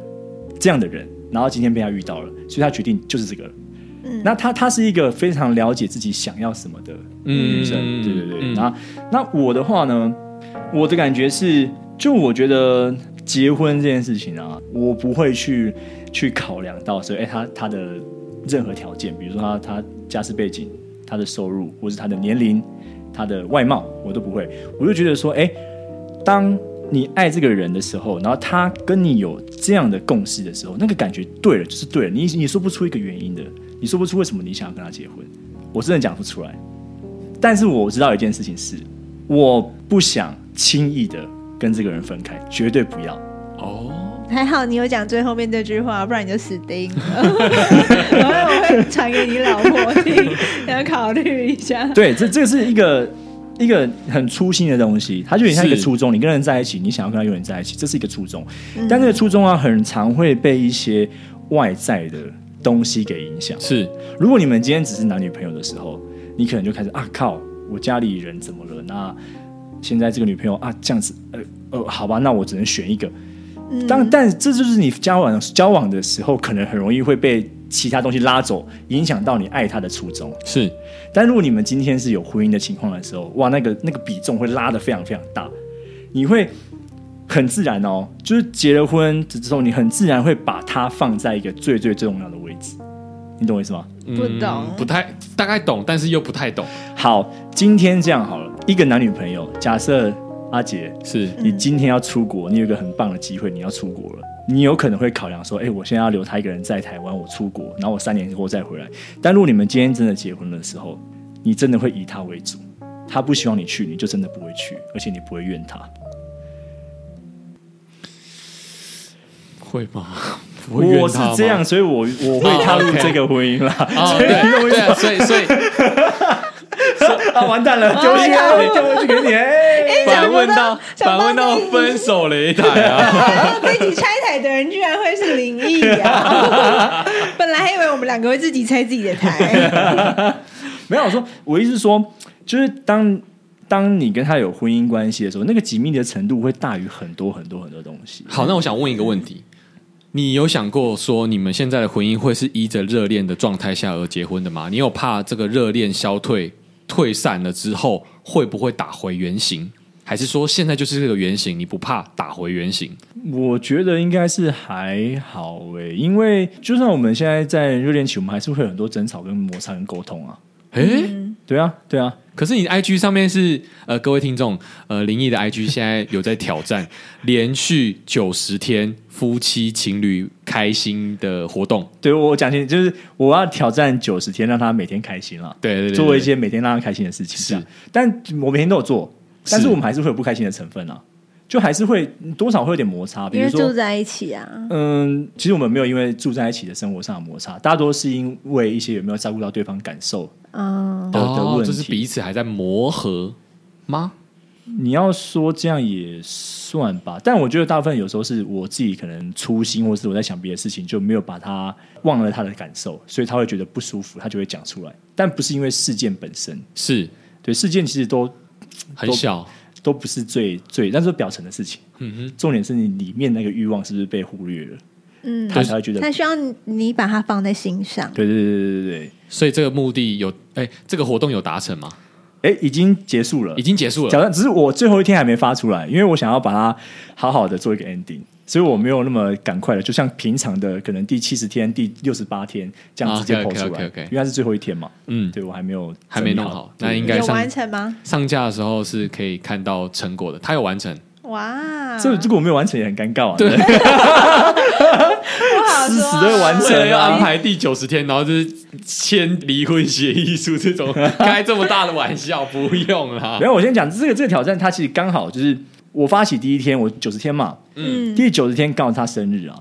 S5: 这样的人，然后今天被他遇到了，所以他决定就是这个人。那他他是一个非常了解自己想要什么的
S3: 嗯
S5: 女生，对对对。然后那我的话呢，我的感觉是，就我觉得结婚这件事情啊，我不会去去考量到说，哎，他他的任何条件，比如说他他家世背景、他的收入，或是他的年龄、他的外貌，我都不会。我就觉得说，哎，当你爱这个人的时候，然后他跟你有这样的共识的时候，那个感觉对了就是对了，你你说不出一个原因的，你说不出为什么你想要跟他结婚，我真的讲不出来。但是我知道一件事情是，我不想轻易的跟这个人分开，绝对不要。
S3: 哦，
S4: 还好你有讲最后面这句话，不然你就死定 了。然后我会传给你老婆听，然后考虑一下。
S5: 对，这这是一个一个很粗心的东西，它就很像一个初衷。你跟人在一起，你想要跟他永远在一起，这是一个初衷。但这个初衷啊，很常会被一些外在的东西给影响。
S3: 是
S5: 如果你们今天只是男女朋友的时候，你可能就开始啊靠，我家里人怎么了？那现在这个女朋友啊这样子，呃呃，好吧，那我只能选一个。当但这就是你交往交往的时候，可能很容易会被其他东西拉走，影响到你爱他的初衷。
S3: 是，
S5: 但如果你们今天是有婚姻的情况的时候，哇，那个那个比重会拉得非常非常大，你会很自然哦，就是结了婚之后，你很自然会把它放在一个最最最重要的位置，你懂我意思吗？
S4: 不懂
S3: 嗯不太大概懂，但是又不太懂。
S5: 好，今天这样好了，一个男女朋友，假设阿杰，
S3: 是
S5: 你今天要出国，你有一个很棒的机会，你要出国了。你有可能会考量说，哎、我现在要留他一个人在台湾，我出国，然后我三年后再回来。但如果你们今天真的结婚的时候，你真的会以他为主，他不希望你去，你就真的不会去，而且你不会怨他。
S3: 会吗？ 不会
S5: 我
S3: 怨
S5: 是
S3: 他吗
S5: 这样，。所以我我会踏入这个婚姻啦。
S3: 哦， 对对啊，所以 所以
S5: 啊，完蛋了，丢下来，丢回去给你。哎、
S3: 反问到反
S4: 想不到
S3: 问到
S4: 那一集
S3: 分手擂台 啊！
S4: 然后哦自己拆台的人居然会是林毅啊！ 本来还以为我们两个会自己拆自己的台，
S5: 没有，我说我意思是说，就是当当你跟他有婚姻关系的时候，那个紧密的程度会大于很多很多很多东西。
S3: 好，那我想问一个问题：你有想过说你们现在的婚姻会是依着热恋的状态下而结婚的吗？你有怕这个热恋消退、退散了之后会不会打回原形？还是说现在就是这个原形，你不怕打回原形？
S5: 我觉得应该是还好诶、因为就算我们现在在热恋期，我们还是会有很多争吵、跟摩擦、跟沟通啊。
S3: 诶，
S5: 对啊，对啊，
S3: 可是你 IG 上面是呃，各位听众，呃，林毅的 IG 现在有在挑战连续九十天夫妻情侣开心的活动，
S5: 对我讲清，就是我要挑战九十天，让他每天开心了，
S3: 对对对对
S5: 做一些每天让他开心的事情。
S3: 是
S5: 这样，但我每天都有做，但
S3: 是
S5: 是我们还是会有不开心的成分啊，就还是会多少会有点摩擦，比
S4: 因
S5: 如
S4: 为住
S5: 说。
S4: 在一起啊，
S5: 嗯，其实我们没有因为住在一起的生活上的摩擦，大多是因为一些有没有照顾到对方感受
S4: 嗯，
S5: 的的
S3: 哦
S5: 问，
S3: 就
S5: 题。
S3: 是彼此还在磨合吗？
S5: 你要说这样也算吧，但我觉得大部分有时候是我自己可能粗心，或是我在想别的事情，就没有把他忘了他的感受，所以他会觉得不舒服，他就会讲出来。但不是因为事件本身，
S3: 是
S5: 对事件其实都
S3: 很小，
S5: 都不是最最，那是表层的事情。
S3: 嗯
S5: 重点是你里面那个欲望是不是被忽略了，
S4: 嗯，
S5: 他才会觉得
S4: 他需要你把它放在心上。
S5: 对对对对对对。
S3: 哼，所以这个目的有，哎，这个活动有达成吗？
S5: 哎，已经结束了，
S3: 已经结束
S5: 假
S3: 了，
S5: 如只是我最后一天还没发出来，因为我想要把它好好的做一个 ending，所以我没有那么赶快的，就像平常的可能第七十天、第六十八天这样直接
S3: 啊
S5: 抛
S3: ，OK，OK，
S5: 出来
S3: OK，OK，OK
S5: 因为它是最后一天嘛。
S3: 嗯，
S5: 对我还没有
S3: 还没弄
S5: 整理
S3: 好那应该
S4: 有
S3: 上
S4: 完成吗？
S3: 上架的时候是可以看到成果的，他有完成，
S4: 哇，
S5: 这如果我没有完成也很尴尬啊。对，
S4: 不好
S5: 死
S4: 说
S5: 死
S4: 啊
S5: 都会完成
S3: 为了要
S5: 啊
S3: 安排第九十天，然后就是签离婚协议书这种开这么大的玩笑，不用 啦
S5: 然。后我先讲这个这个挑战，它其实刚好就是我发起第一天，我九十天嘛，
S4: 嗯
S5: 第九十天刚好是他生日啊，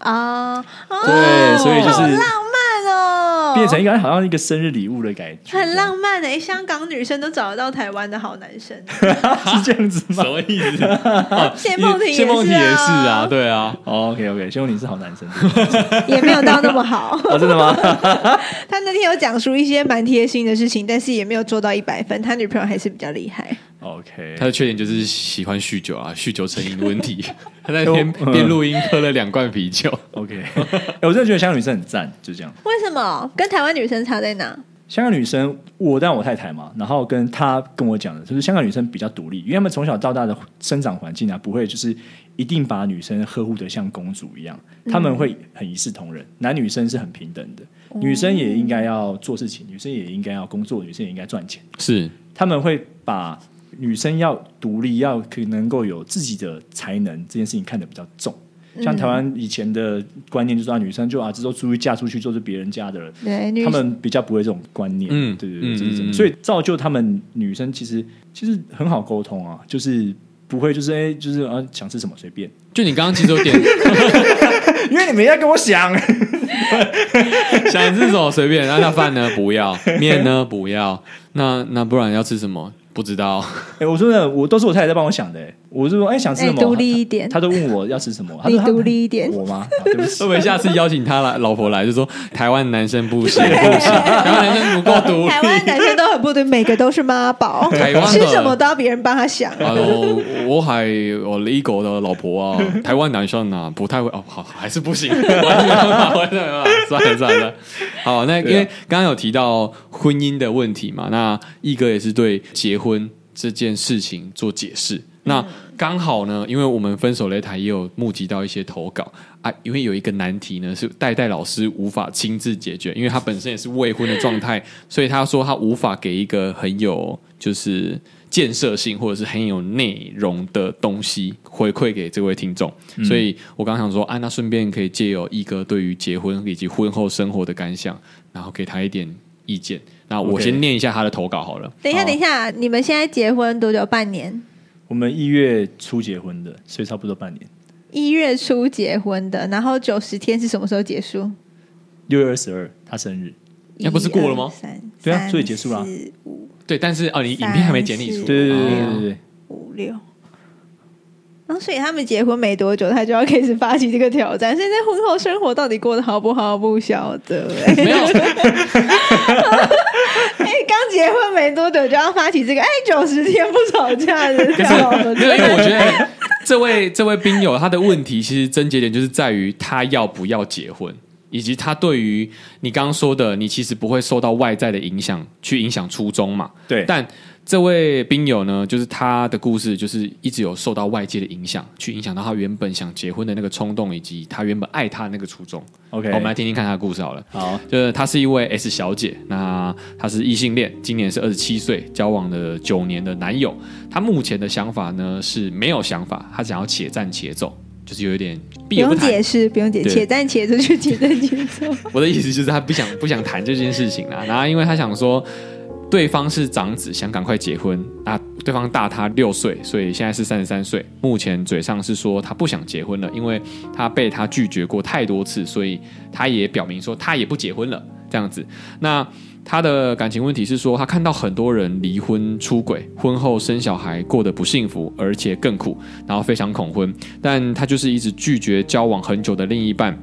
S4: 啊，哦
S5: 对所以就是
S4: 好浪漫哦，
S5: 变成一个好像一个生日礼物的感觉，
S4: 很浪漫的、欸，香港女生都找得到台湾的好男 生，
S5: 漫，是这样子
S3: 什
S5: 吗
S3: 么意思？啊
S4: 谢梦婷也是
S3: 谢
S4: 啊
S3: 梦婷也是啊，对啊，
S5: ？OK OK，希望你是好男生。
S4: 也没有到那么好。
S5: 哦，真的吗？
S4: 他那天有讲述一些蛮贴心的事情，但是也没有做到一百分。他女朋友还是比较厉害，
S5: OK，
S3: 他的缺点就是喜欢酗酒啊，酗酒成瘾的问题。 他那天边录音喝了两罐啤酒，
S5: OK，哎、我真的觉得香港女生很赞，就这样。
S4: 为什么？跟台湾女生差在哪？
S5: 香港女生，我但我太太嘛，然后跟她跟我讲的，就是香港女生比较独立，因为她们从小到大的生长环境啊，不会就是一定把女生呵护的像公主一样，她们会很一视同仁，男女生是很平等的，女生也应该要做事情，女生也应该要工作，女生也应该赚钱，
S3: 是
S5: 他们会把女生要独立，要可以能够有自己的才能这件事情看得比较重。
S4: 嗯
S5: 像台湾以前的观念就是啊，女生就啊，这都出去嫁出去就是别人家的了，
S4: 对，女
S5: 他们比较不会这种观念。
S3: 嗯
S5: 对对
S3: 嗯
S5: 对，这是真
S3: 嗯嗯
S5: 的。所以造就他们女生其实其实很好沟通啊，就是不会就是哎、就是啊想吃什么 随便，
S3: 就你刚刚其实有点
S5: 因为你们要跟我想，
S3: 想吃什么随便，那那饭呢不要，面呢不要，那那不然要吃什么？不知道，
S5: 哎、 我说真的，我都是我太太在帮我想的、哎我就说哎、想吃什么，
S4: 哎独立一点
S5: 她她都问我要吃什么，她说
S4: 你独立一点
S5: 我吗、啊对不起
S3: 会，不会下次邀请他来老婆来，就说台湾男生不行不行，台湾男生不够独立
S4: 台。湾男生都很不对，每个都是妈 宝，
S3: 台湾的
S4: 吃什么都要别人帮他想。
S3: 啊，我我还我一狗的老婆啊，台湾男生啊不太会哦，好还是不行， 完全没办法完全没办法算了算了。好，那因为刚刚有提到婚姻的问题嘛，那一哥也是对结婚这件事情做解释。那刚好呢，因为我们分手擂台也有募集到一些投稿啊，因为有一个难题呢是戴戴老师无法亲自解决，因为他本身也是未婚的状态，所以他说他无法给一个很有就是建设性或者是很有内容的东西回馈给这位听众，所以我刚想说，啊，那顺便可以借由一哥对于结婚以及婚后生活的感想，然后给他一点意见。那我
S5: OK
S3: 先念一下他的投稿好了。
S4: 等一下，
S5: 好
S4: 等一下，你们现在结婚多久？半年？
S5: 我们一月初结婚的，所以差不多半年，
S4: 一月初结婚的，然后九十天是什么时候结束？
S5: 六月二十二她生日，
S3: 哎那不是过了吗
S4: 一二三
S5: 对啊所以结束了
S4: 三四五
S3: 对，但是哦，你影片还没剪理出，
S4: 三
S5: 对对对对
S3: 哦
S5: 对对，
S4: 五六。然后，所以他们结婚没多久，他就要开始发起这个挑战。现在婚后生活到底过得好不好，不晓得、 欸。
S3: 没有，
S4: 哎、刚结婚没多久就要发起这个，哎、九十天不吵架的跳楼
S3: 没有，因为我觉得这位这位兵友他的问题其实症结点就是在于他要不要结婚，以及他对于你刚刚说的，你其实不会受到外在的影响去影响初衷嘛。
S5: 对
S3: 但这位兵友呢，就是他的故事，就是一直有受到外界的影响，去影响到他原本想结婚的那个冲动，以及他原本爱她的那个初衷。
S5: OK，
S3: 好我们来听听看她的故事好了。
S5: 好，
S3: 就是她是一位 S 小姐，那她是异性恋，今年是二十七岁，交往了九年的男友。她目前的想法呢是没有想法，她想要且战且走，就是有一点
S4: 不
S3: 避而
S4: 用
S3: 不谈
S4: 解。释，不用解
S3: 对
S4: 释，且战且走就且战且走。
S3: 我的意思就是她不想不想谈这件事情啦，然后因为她想说。对方是长子，想赶快结婚。那对方大她六岁，所以现在是三十三岁。目前嘴上是说她不想结婚了，因为她被他拒绝过太多次，所以她也表明说她也不结婚了。这样子，那她的感情问题是说，她看到很多人离婚、出轨，婚后生小孩过得不幸福，而且更苦，然后非常恐婚。但她就是一直拒绝交往很久的另一半，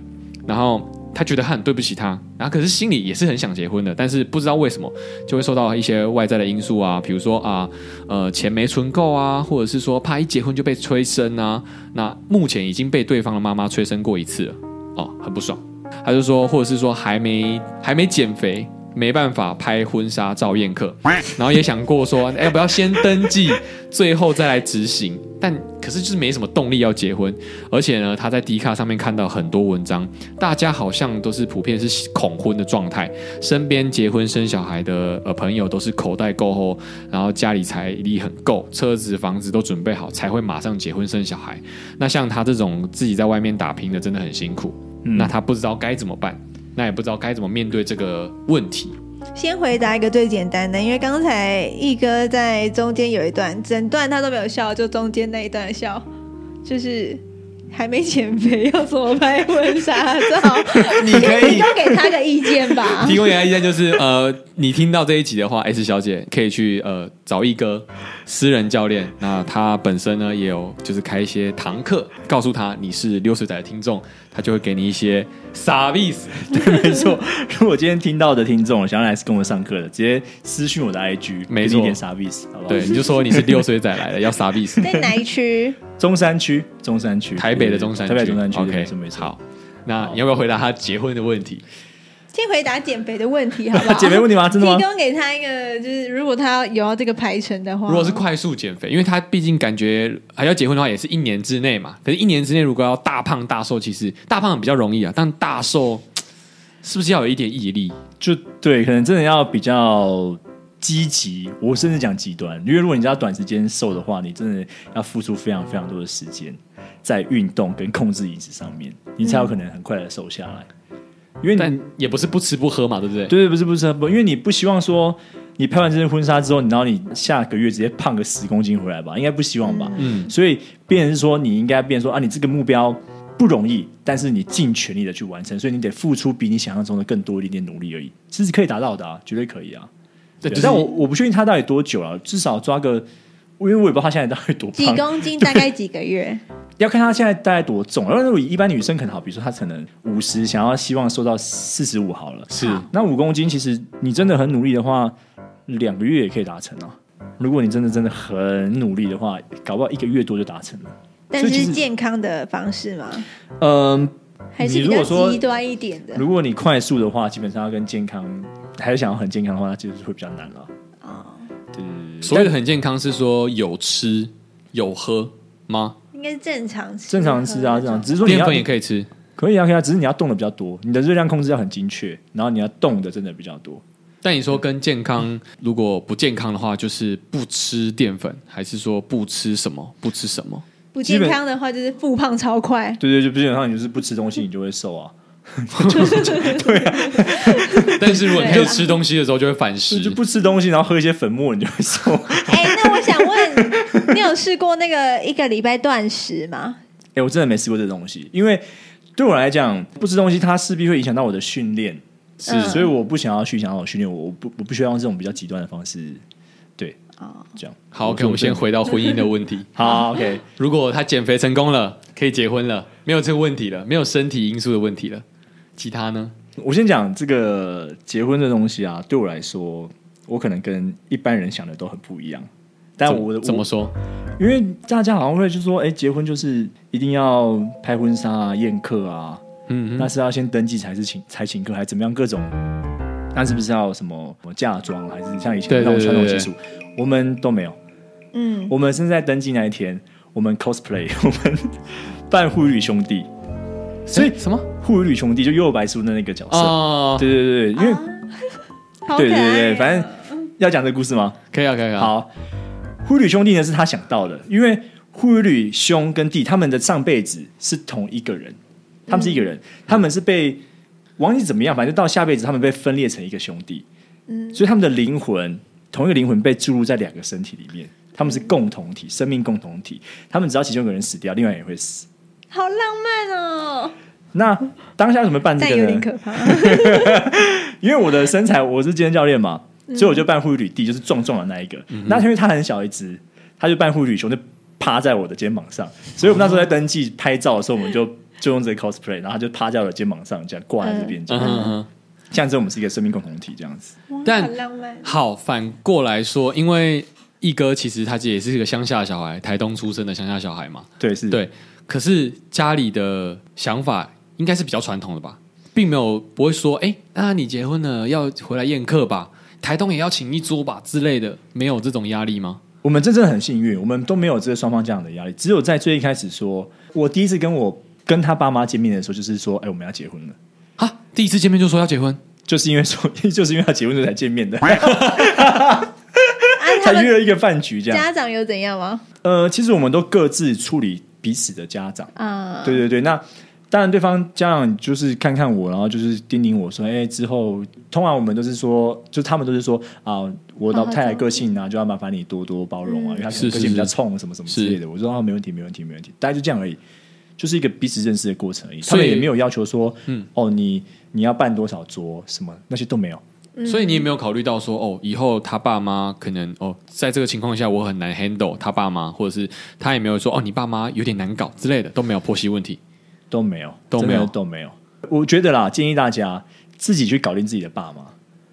S3: 然后她觉得她很对不起他，然后可是心里也是很想结婚的，但是不知道为什么就会受到一些外在的因素啊，比如说啊，呃，钱没存够啊，或者是说怕一结婚就被催生啊。那目前已经被对方的妈妈催生过一次了，哦，很不爽。他就说，或者是说还没还没减肥，没办法拍婚纱照宴客，然后也想过说，哎，要不要先登记， 最后再来执行。但可是就是没什么动力要结婚，而且呢，他在迪卡上面看到很多文章，大家好像都是普遍是恐婚的状态，身边结婚生小孩的呃朋友都是口袋够厚，然后家里财力很够，车子房子都准备好，才会马上结婚生小孩。那像他这种自己在外面打拼的，真的很辛苦。
S5: 嗯
S3: 那他不知道该怎么办，那也不知道该怎么面对这个问题。
S4: 先回答一个最简单的，因为刚才毅哥在中间有一段，整段他都没有笑，就中间那一段笑，就是还没减肥，要怎么拍婚纱照？
S3: 你可以
S4: 要给他个意见 吧。
S3: 提供你的意见就是，呃，你听到这一集的话，S 小姐可以去呃找一哥私人教练，那他本身呢也有就是开一些堂课，告诉他你是六岁仔的听众，他就会给你一些傻逼死。
S5: 对，没错。如果今天听到的听众想要来跟我上课的，直接私讯我的 IG，
S3: 没
S5: 给你
S3: 错
S5: 一点傻逼死，好不好？
S3: 对，你就说你是六岁仔来的，要傻逼死。
S4: 在哪一区？
S5: 中山区，中山区，
S3: 台北的中山区，
S5: 台北中山区
S3: OK，
S5: 没错没错。
S3: 好，那你要不要回答他结婚的问题？
S4: 先回答减肥的问题，好不好？
S5: 减啊肥问题吗真的吗
S4: 提供给他一个，就是如果他有要这个排程的话，
S3: 如果是快速减肥，因为他毕竟感觉还要结婚的话，也是一年之内嘛。可是，一年之内如果要大胖大瘦，其实大胖比较容易啊，但大瘦是不是要有一点毅力？
S5: 就对，可能真的要比较积极，我甚至讲极端，因为如果你要短时间瘦的话，你真的要付出非常非常多的时间在运动跟控制饮食上面，你才有可能很快的瘦下来。因为你
S3: 但也不是不吃不喝嘛，对不对？
S5: 对对，不是不是不，因为你不希望说你拍完这件婚纱之后，然后你下个月直接胖个十公斤回来吧，应该不希望吧？
S3: 嗯，
S5: 所以变成是说，你应该变成说啊，你这个目标不容易，但是你尽全力的去完成，所以你得付出比你想象中的更多一点点努力而已，其实可以达到的啊，绝对可以啊。
S3: 对，
S5: 但我我不确定他到底多久了，至少抓个，因为我也不知道他现在到底多
S4: 几
S5: 胖，
S4: 公斤，大概几个月？
S5: 要看他现在大概多重。然后如果一般女生可能好，比如说她可能五十，想要希望瘦到四十五好了，
S3: 是
S5: 那五公斤其实你真的很努力的话，两个月也可以达成啊。如果你真的真的很努力的话，搞不好一个月多就达成了。
S4: 但是
S5: 所以其
S4: 是
S5: 实
S4: 健康的方式吗？
S5: 嗯，
S4: 还是
S5: 你
S4: 比
S5: 如
S4: 较
S5: 果说
S4: 极端一点的？
S5: 如果你快速的话，基本上要跟健康，还是想要很健康的话，那就是会比较难了。
S3: 所谓的很健康是说有吃有喝吗？
S4: 应该是正常吃，
S5: 正常吃啊，正常，只是说你
S3: 淀
S5: 要
S3: 粉也可以吃，
S5: 可以啊，可以啊，只是你要动的比较多，你的热量控制要很精确，然后你要动的真的比较多。
S3: 但你说跟健康如果不健康的话，就是不吃淀粉，还是说不吃什么不吃什么？
S4: 不健康的话就是复胖超快。
S5: 对对，就基本上你就是不吃东西，你就会瘦啊，
S3: 但是如果你开
S4: 对
S3: 始
S4: 啊
S3: 吃东西的时候，就会反
S5: 就
S3: 食。
S5: 就不吃东西，然后喝一些粉末，你就 会瘦。
S4: 哎、那我想问，你有试过那个一个礼拜断食吗？
S5: 哎、我真的没吃过这东西，因为对我来讲，不吃东西它势必会影响到我的训练，
S3: 是
S4: 嗯
S5: 所以我不想要去影响到我训练，我我不我不需要用这种比较极端的方式，对，
S4: 哦
S5: 这样
S3: 好，OK，我们先回到婚姻的问 题。
S5: 好，OK，
S3: 如果他减肥成功了，可以结婚了，没有这个问题了，没有身体因素的问题了，其他呢？
S5: 我先讲这个结婚这东西啊，对我来说，我可能跟一般人想的都很不一样。但
S3: 怎
S5: 我的
S3: 怎么
S5: 我
S3: 说？
S5: 因为大家好像会就说，哎、结婚就是一定要拍婚纱啊、宴客啊，
S3: 嗯，
S5: 那是要先登记才是请才请客，还怎么样各种？那是不是要什么什么嫁妆，还是像以前
S3: 对
S5: 那种
S3: 对
S5: 传统
S3: 对对
S5: 习俗？我们都没有。
S4: 嗯，
S5: 我们是在登记那一天，我们 cosplay，我 们扮护旅兄弟，所以
S3: 诶什么？
S5: 护旅兄弟就右白书的那个角色。
S3: 哦，
S5: 对对对，因为、
S4: 啊好
S5: 对
S4: 可
S5: 对
S4: 爱
S5: 对，
S4: 哦
S5: 反正要讲这个故事吗？
S3: 可以啊，可以啊。，
S5: 好，护旅兄弟呢是他想到的，因为护旅兄跟弟他们的上辈子是同一个人，他们是一个人，他们是被忘记怎么样，反正到下辈子他们被分裂成一个兄弟，
S4: 嗯
S5: 所以他们的灵魂同一个灵魂被注入在两个身体里面，他们是共同体，生命共同体，他们只要其中一个人死掉，另外一个人也会死。
S4: 好浪漫哦，
S5: 那当下怎么办这
S4: 但
S5: 个
S4: 有
S5: 呢？
S4: 点可 怕。
S5: 因为我的身材我是健身教练嘛，
S4: 嗯
S5: 所以我就扮护旅弟，就是壮壮的那一个。
S3: 嗯
S5: 那因为他很小一只，他就扮护旅熊，就趴在我的肩膀上。所以我们那时候在登记拍照的时候，我
S4: 嗯
S5: 们就就用这个 cosplay，然后他就趴在我的肩膀上，这样挂在这边，
S3: 嗯
S5: 这样
S3: 哼哼。
S5: 象征我们是一个生命共同体这样子。
S4: 哇
S3: 但
S4: 好浪 漫，啊
S3: 好，反过来说，因为一哥其实他也是一个乡下小孩，台东出生的乡下小孩嘛，
S5: 对，是，
S3: 对。可是家里的想法应该是比较传统的吧，并没有不会说，哎、那你结婚了要回来宴客吧，台东也要请一桌吧之类的，没有这种压力吗？
S5: 我们真正很幸运，我们都没有这个双方这样的压力。只有在最一开始说，我第一次跟我跟他爸妈见面的时候，就是说，哎，我们要结婚了。
S3: 啊，第一次见面就说要结婚，
S5: 就是因为说， 就是因为要结婚所以才见面的，
S4: 啊，他
S5: 才约
S4: 们
S5: 了一个饭局这样。
S4: 家长有怎样吗？
S5: 呃，其实我们都各自处理彼此的家长。
S4: 啊，
S5: 对对对，那当然对方家长就是看看我，然后就是叮咛我说，哎、之后通常我们都是说，就他们都是说啊、我老太太个性啊，就要麻烦你多多包容啊，因为她可
S3: 是
S5: 能个性比较
S3: 是是
S5: 冲，什么什么之类的。我说啊，没问题，没问题，没问题，大概就这样而已。就是一个彼此认识的过程而已，他
S3: 所以
S5: 们也没有要求说，
S3: 嗯
S5: 哦，你你要办多少桌什么那些都没有。
S3: 所以你也没有考虑到说，哦，以后他爸妈可能哦，在这个情况下我很难 handle 他爸妈，或者是他也没有说哦，你爸妈有点难搞之类的，都没有剖析问题。
S5: 都没有，
S3: 都没有
S5: 真的都没有。我觉得啦，建议大家自己去搞定自己的爸妈，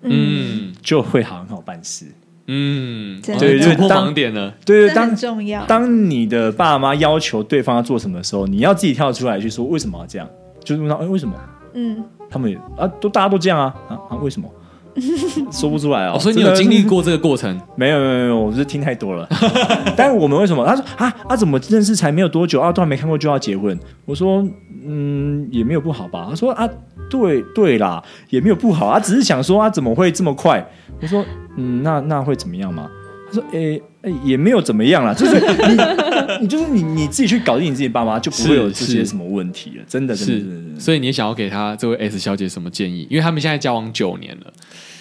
S3: 嗯
S5: 就会很好办事。
S3: 嗯，
S4: 真
S3: 哦
S4: 的
S3: 突破
S5: 当
S3: 盲点了。
S5: 对对，
S4: 这很
S5: 当
S4: 重要。
S5: 当你的爸妈要求对方要做什么的时候，你要自己跳出来去说为什么要这样，就是问他，哎、为什么？
S4: 嗯，
S5: 他们也啊，都大家都这样啊，啊啊，为什么？说不出来哦
S3: 哦，所以你有
S5: 真的
S3: 经历过这个过程？
S5: 没有没有没有没有，我是听太多了。 但我们为什么？他说啊啊，怎么认识才没有多久啊，都还没看过就要结婚？我说嗯，也没有不好吧。他说啊，对对啦，也没有不好啊，只是想说啊，怎么会这么快？我说嗯，那那会怎么样吗？他说诶、诶也没有怎么样啦，就是你你 就是你你自己去搞定你自己爸妈，就不会有这
S3: 是
S5: 些
S3: 是
S5: 什么问题了。真的真的真的真
S3: 是，
S5: 的
S3: 所以你也想要给他这位 S 小姐什么建议？因为他们现在交往九年了，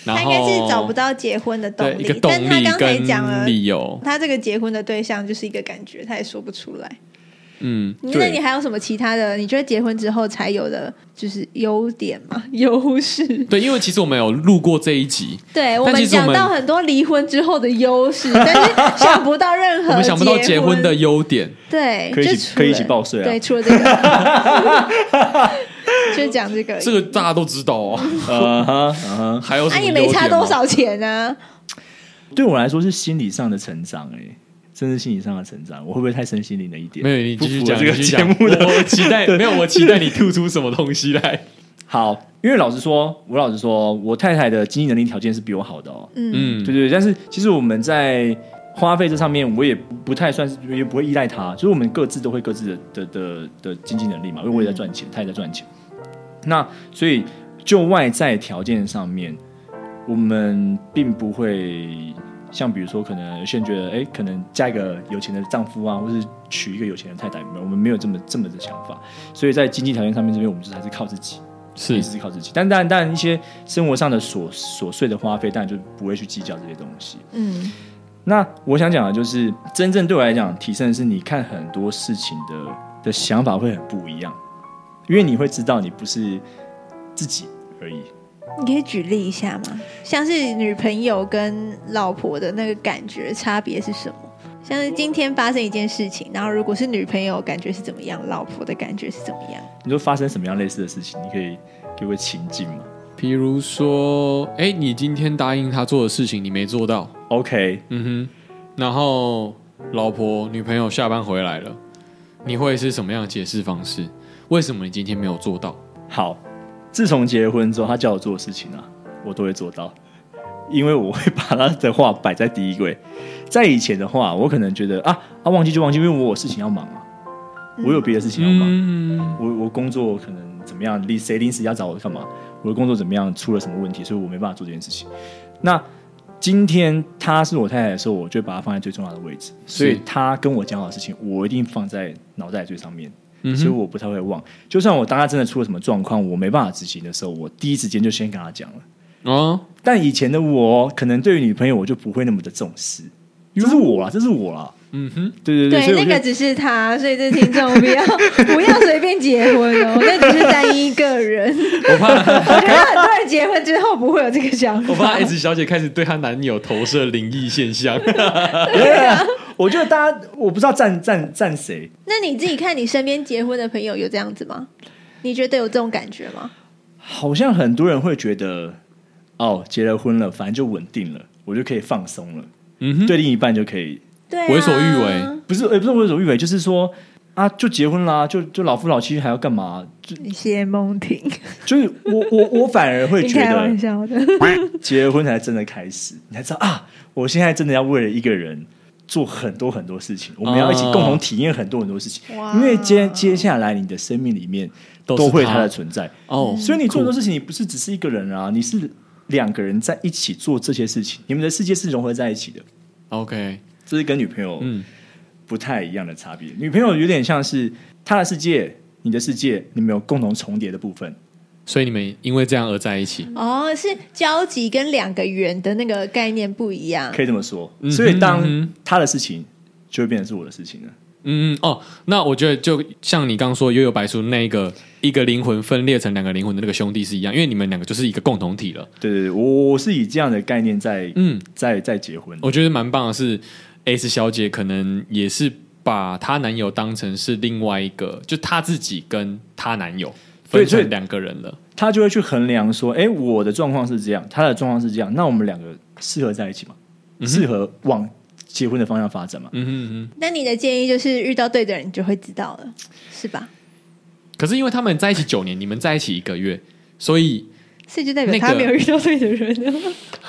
S3: 然
S4: 他应
S3: 后
S4: 该是找不到结婚的动
S3: 对一个
S4: 力，
S3: 动
S4: 但他
S3: 力
S4: 刚才讲了
S3: 跟，理由。
S4: 他这个结婚的对象就是一个感觉，他也说不出来。
S3: 嗯，
S5: 对
S4: 那你还有什么其他的？你觉得结婚之后才有的就是优点 吗？优势？
S3: 对，因为其实我们有录过这一 集，
S4: 对我
S3: 但
S4: 们
S3: 其实
S4: 讲
S3: 我们
S4: 到很多离婚之后的优势， 但是想不到任何
S3: 我们想不到
S4: 结
S3: 结婚的优点。
S4: 对，
S5: 可以一起
S4: 就除了
S5: 可以一起报税啊
S4: 对，除了这个， 就讲这个而已。
S3: 这个大家都知道 哦，
S5: 啊哈啊哈。
S3: 还有什
S4: 啊，
S3: 么优
S4: 你
S3: 点吗？
S4: 没差多少钱啊呢、
S5: 对我来说是心理上的成长、欸，哎，真是心理上的成长。我会不会太身心灵了一点？
S3: 没有，你继续
S5: 不符合
S3: 讲
S5: 这个
S3: 你继续
S5: 节
S3: 讲
S5: 目的。
S3: 我我期 待没有，我期待你吐出什么东西来。
S5: 好，因为老实说，我老实说，我太太的经济能力条件是比我好的哦。
S4: 嗯
S3: 嗯，
S5: 对对对，但是其实我们在花费这上面，我也不太算是，也不会依赖她，就是我们各自都会各自的的的的经济能力嘛，因为我也在赚钱，她也在赚钱。那所以就外在条件上面，我们并不会像比如说，可能有些人觉得，哎，可能嫁一个有钱的丈夫啊，或是娶一个有钱的太太，没有，我们没有这么这么的想法。所以在经济条件上面这边，我们就是还是靠自己。也
S3: 是
S5: 是靠自己。但当然，当然一些生活上的琐琐碎的花费，当然就不会去计较这些东西。
S4: 嗯
S5: 那我想讲的就是，真正对我来讲提升的是，你看很多事情的的想法会很不一样，因为你会知道你不是自己而已。
S4: 你可以举例一下吗？像是女朋友跟老婆的那个感觉差别是什么？像是今天发生一件事情，然后如果是女朋友，感觉是怎么样？老婆的感觉是怎么样？
S5: 你说发生什么样类似的事情，你可以给我情境吗
S3: 比如说，哎，你今天答应他做的事情你没做到，
S5: ？OK，
S3: 嗯哼，然后老婆、女朋友下班回来了，你会是什么样的解释方式？为什么你今天没有做到？
S5: 好。自从结婚之后，他叫我做的事情啊，我都会做到。因为我会把他的话摆在第一位。在以前的话，我可能觉得啊啊忘记就忘记，因为我有事情要忙啊，我有别的事情要忙。
S3: 嗯，
S5: 我我工作可能怎么样，临谁临时要找我干嘛，我的工作怎么样，出了什么问题，所以我没办法做这件事情。那今天她是我太太的时候，我就把她放在最重要的位置，所以她跟我讲好的事情，我一定放在脑袋最上面，
S3: 嗯哼
S5: 所以我不太会忘。就算我当她真的出了什么状况，我没办法执行的时候，我第一时间就先跟她讲了。
S3: 哦，
S5: 但以前的我，可能对于女朋友我就不会那么的重视，这是我啦，这是我啦，
S3: 嗯哼，
S5: 对对
S4: 对，
S5: 所以我
S4: 那个
S5: 就
S4: 只是他，所以这听众不 要不要随便结婚哦，那只是单一个人。
S3: 我怕
S4: 我觉得很多人结婚之后不会有这个想
S3: 我怕
S4: 法。
S3: S 小姐开始对她男友投射灵异现象。
S5: 我觉得大家我不知道站站站谁，
S4: 那你自己看你身边结婚的朋友有这样子吗？你觉得有这种感觉吗？
S5: 好像很多人会觉得，哦，结了婚了，反正就稳定了，我就可以放松了，
S3: 嗯哼，
S5: 对另一半就可以，
S4: 对、啊，
S3: 为所欲为。
S5: 不是，也、呃不是为所欲为，就是说啊，就结婚啦，就就老夫老妻还要干嘛？就
S4: 谢梦婷，
S5: 就是我我我反而会
S4: 你
S5: 觉
S4: 开
S5: 得
S4: 玩，笑的。
S5: 结了婚才真的开始，你才知道啊，我现在真的要为了一个人做很多很多事情，我们要一起
S3: 哦
S5: 共同体验很多很多事情，
S4: 哇
S5: 因为接接下来你的生命里面
S3: 都
S5: 都
S3: 是
S5: 会
S3: 他
S5: 他的存在，
S3: 哦，
S5: 所以你做很多事情，你不是只是一个人啊，你是两个人在一起做这些事情，你们的世界是融合在一起的，
S3: OK，
S5: 这是跟女朋友
S3: 嗯，
S5: 不太一样的差别。女朋友有点像是她的世界，你的世界，你们有共同重叠的部分。
S3: 所以你们因为这样而在一起。
S4: 哦，是交集跟两个圆的那个概念不一样。
S5: 可以这么说
S3: 嗯。哼
S5: 所以当
S3: 嗯
S5: 她的事情就会变成是我的事情了。
S3: 嗯嗯哦，那我觉得就像你刚刚说悠悠白书那一个一个灵魂分裂成两个灵魂的那个兄弟是一样，因为你们两个就是一个共同体了。
S5: 对对对，我我是以这样的概念在、
S3: 嗯，
S5: 在在结婚。
S3: 我觉得蛮棒的是，S 小姐可能也是把她男友当成是另外一个，就她自己跟她男友分
S5: 对所以
S3: 成两个人了。
S5: 她就会去衡量说，哎，我的状况是这样，她的状况是这样，那我们两个适合在一起吗？适合往结婚的方向发展吗？
S3: 嗯哼嗯哼。
S4: 那你的建议就是遇到对的人你就会知道了，是吧？
S3: 可是因为他们在一起九年，你们在一起一个月，所以
S4: 所以就代表
S3: 那个
S4: 他没有遇到对的人。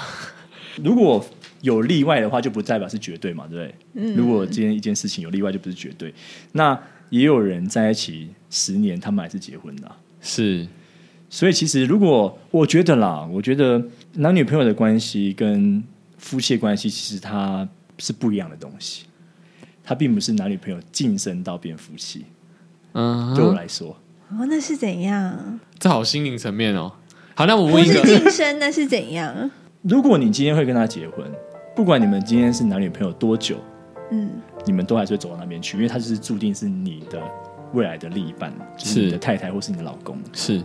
S5: 如果有例外的话，就不代表是绝对嘛，对不对？
S4: 嗯
S5: 如果今天一件事情有例外，就不是绝对。那也有人在一起十年，他们还是结婚的啊、
S3: 是
S5: 所以其实如果我觉得啦，我觉得男女朋友的关系跟夫妻的关系，其实它是不一样的东西。它并不是男女朋友晋升到变夫妻，
S3: 嗯，
S5: 对我来说，
S4: 哦，那是怎样？
S3: 这好心灵层面哦。好，那我
S4: 不
S3: 问一
S4: 是
S3: 个，
S4: 晋升，那是怎样？
S5: 如果你今天会跟他结婚，不管你们今天是男女朋友多久，
S4: 嗯，
S5: 你们都还是会走到那边去，因为他就是注定是你的未来的另一半，就是
S3: 是
S5: 你的太太或是你的老公。
S3: 是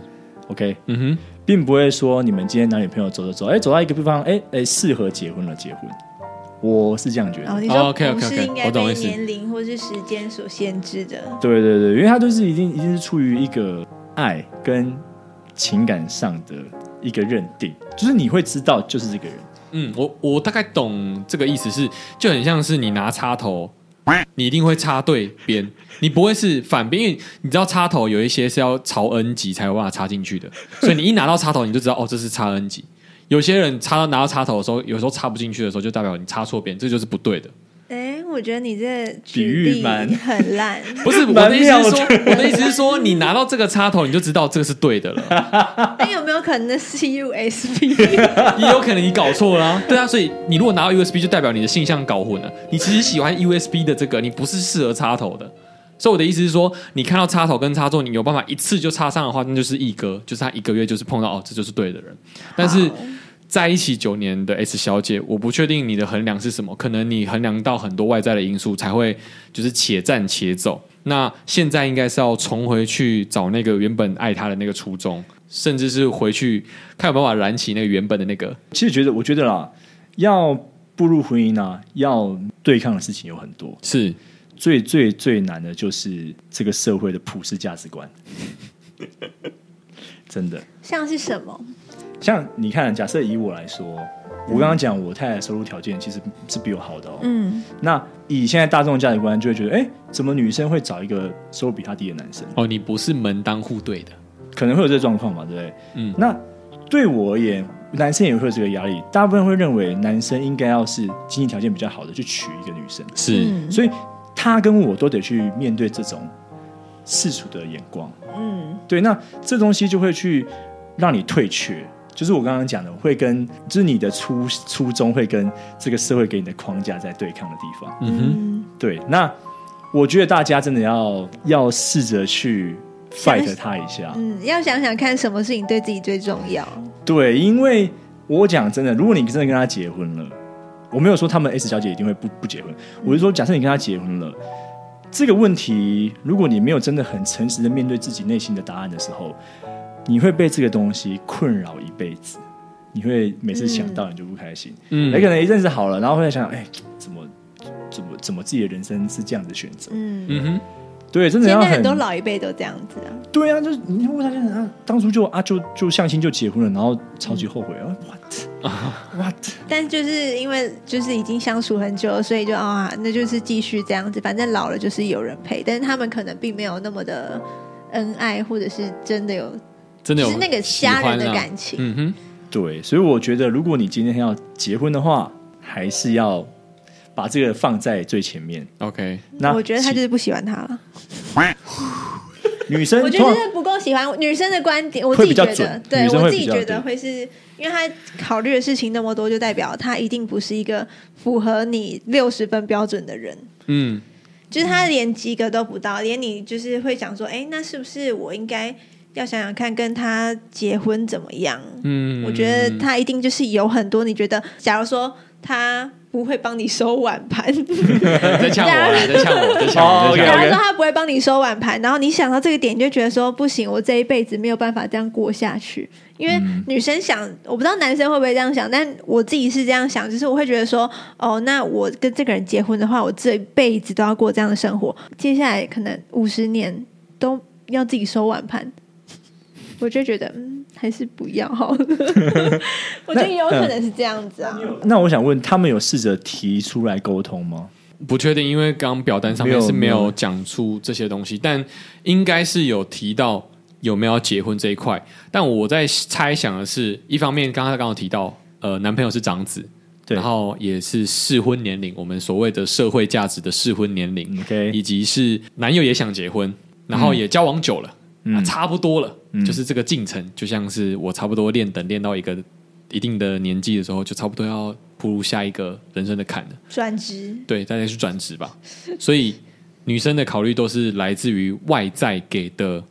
S5: OK，
S3: 嗯哼，
S5: 并不会说你们今天男女朋友走走走，哎，走到一个地方，哎哎，适合结婚了，结婚。我是这样觉得。
S4: 哦，你
S3: 哦
S4: 说
S3: ，OK，OK，OK，
S4: 不是应该
S3: 我懂
S4: 被
S3: 意思
S4: 年龄或是时间所限制的？
S5: 对对对，因为他就是一定一定是出于一个爱跟情感上的一个认定，就是你会知道就是这个人。
S3: 嗯，我我大概懂这个意思是，就很像是你拿插头，你一定会插对边，你不会是反边，因为你知道插头有一些是要朝 N 级才有办法插进去的，所以你一拿到插头你就知道哦，这是插 N 级。有些人插到拿到插头的时候，有时候插不进去的时候，就代表你插错边，这就是不对的。
S4: 哎，我觉得你这
S5: 比喻
S4: 举例
S5: 蛮
S4: 很烂。
S3: 不是我的意思是说
S5: 蛮，
S3: 我的意思是说，你拿到这个插头，你就知道这个是对的了。
S4: 那有没有可能那是 USB？
S3: 也有可能你搞错啦、对啊，所以你如果拿到 USB，就代表你的性向搞混了。你其实喜欢 USB 的这个，你不是适合插头的。所以我的意思是说，你看到插头跟插座，你有办法一次就插上的话，那就是一哥，就是他一个月就是碰到哦，这就是对的人。但是在一起九年的 S 小姐，我不确定你的衡量是什么，可能你衡量到很多外在的因素，才会就是且战且走。那现在应该是要重回去找那个原本爱她的那个初衷，甚至是回去看有没有办法燃起那个原本的那个
S5: 其实觉得我觉得啦，要步入婚姻啊，要对抗的事情有很多，
S3: 是
S5: 最最最难的就是这个社会的普世价值观， 真的。
S4: 像是什么？
S5: 像你看，假设以我来说，我刚刚讲我太太的收入条件其实是比我好的哦。
S4: 嗯，
S5: 那以现在大众价值观，就会觉得，哎，怎么女生会找一个收入比她低的男生？
S3: 哦，你不是门当户对的，
S5: 可能会有这状况嘛，对不对？
S3: 嗯
S5: 那对我而言，男生也会有这个压力，大部分会认为男生应该要是经济条件比较好的去娶一个女生，
S3: 是，
S4: 嗯
S5: 所以他跟我都得去面对这种世俗的眼光。
S4: 嗯，
S5: 对，那这东西就会去让你退却，就是我刚刚讲的，会跟就是你的初初衷会跟这个社会给你的框架在对抗的地方。
S3: 嗯哼，
S5: 对，那我觉得大家真的要要试着去
S4: 想
S5: fight 他一下，
S4: 嗯，要想想看什么事情对自己最重要。
S5: 对，因为我讲真的，如果你真的跟他结婚了，我没有说他们 S 小姐一定会不不结婚，我是说，假设你跟他结婚了，这个问题，如果你没有真的很诚实的面对自己内心的答案的时候，你会被这个东西困扰一辈子，你会每次想到你就不开心，
S3: 嗯
S5: 也、可能一阵子好了，然后会在想，哎，怎么怎么怎么自己的人生是这样的选择？
S4: 嗯，
S3: 嗯哼，
S5: 对，真的
S4: 现
S5: 要
S4: 在很
S5: 很
S4: 多老一辈都这样子啊。
S5: 对啊，就是你问他，就是啊，当初就啊就就相亲就结婚了，然后超
S4: 嗯
S5: 级后悔啊，what what。
S4: 但就是因为就是已经相处很久了，所以就啊，那就是继续这样子，反正老了就是有人陪。但是他们可能并没有那么的恩爱，或者是真的有，
S3: 真的
S4: 就
S3: 有
S4: 是那个
S3: 喜
S4: 家
S3: 欢
S4: 人的
S3: 啊
S4: 感情。
S3: 嗯哼，
S5: 对，所以我觉得，如果你今天要结婚的话，还是要把这个放在最前面。
S3: OK，
S5: 那
S4: 我觉得他
S5: 其
S4: 就是不喜欢他了。
S5: 女生
S4: 我
S5: 通
S4: 觉得
S5: 常
S4: 真的不够喜欢女生的观点，我自己觉
S5: 会比较
S4: 得
S5: 准，
S4: 对
S5: 女生
S4: 我
S5: 会
S4: 自己
S5: 比较
S4: 觉得会是因为他考虑的事情那么多，就代表他一定不是一个符合你六十分标准的人。
S3: 嗯，
S4: 就是他连及格都不到，连你就是会想说，哎、那是不是我应该要想想看跟他结婚怎么样？
S3: 嗯，
S4: 我觉得他一定就是有很多你觉得，假如说他不会帮你收碗盘，
S3: 在呛我啊，在呛我，在呛
S5: 哦
S3: 我，在
S5: ，OK，OK
S3: 呛
S4: 假如
S3: 我
S4: 说他不会帮你收碗盘，然后你想到这个点，你就觉得说不行，我这一辈子没有办法这样过下去。因为女生想，我不知道男生会不会这样想，但我自己是这样想，就是我会觉得说，哦，那我跟这个人结婚的话，我这一辈子都要过这样的生活，接下来可能五十年都要自己收碗盘， 我就觉得，嗯，还是不要好了。我觉得有可能是这样子啊，
S5: 那我想问，他们有试着提出来沟通吗？
S3: 不确定，因为刚刚表单上面是没
S5: 没有没
S3: 有
S5: 有
S3: 讲出这些东西，但应该是有提到有没有要结婚这一块。但我在猜想的是，一方面刚刚刚好提到，呃，男朋友是长子，
S5: 对
S3: 然后也是适婚年龄，我们所谓的社会价值的适婚年龄
S5: OK
S3: 以及是男友也想结婚，然后也交往久了，啊、差不多了，
S5: 嗯
S3: 就是这个进程，就像是我差不多练等练到一个一定的年纪的时候，就差不多要步入下一个人生的坎了。
S4: 转职
S3: 对，大家去转职吧。所以女生的考虑都是来自于外在给的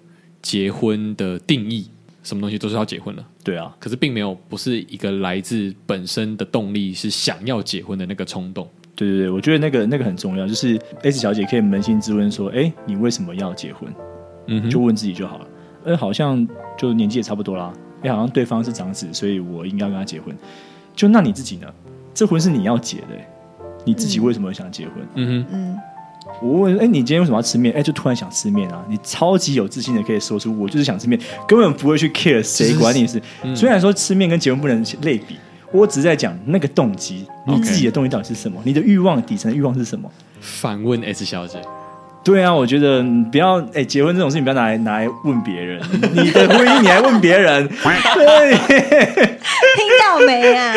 S3: 结婚的定义，什么东西都是要结婚了，
S5: 对啊，
S3: 可是并没有不是一个来自本身的动力，是想要结婚的那个冲动。
S5: 对对对，我觉得那个那个很重要，就是 S 小姐可以扪心自问说，哎，你为什么要结婚？
S3: 嗯哼，
S5: 就问自己就好了。呃，好像就年纪也差不多啦，哎，好像对方是长子，所以我应该跟他结婚。就那你自己呢？这婚是你要结的、欸你自己为什么想结婚？
S3: 嗯哼，
S5: 我问，哎、你今天为什么要吃面？哎、就突然想吃面啊！你超级有自信的可以说出，我就是想吃面，根本不会去 care 谁管你是。虽然说吃面跟结婚不能类比，我只是在讲那个动机，你
S3: OK
S5: 自己的动机到底是什么？你的欲望底层的欲望是什么？
S3: 反问 S 小姐，
S5: 对啊，我觉得嗯不要哎、结婚这种事情不要拿来拿来问别人，你的婚姻你还问别人？对
S4: 听到没啊？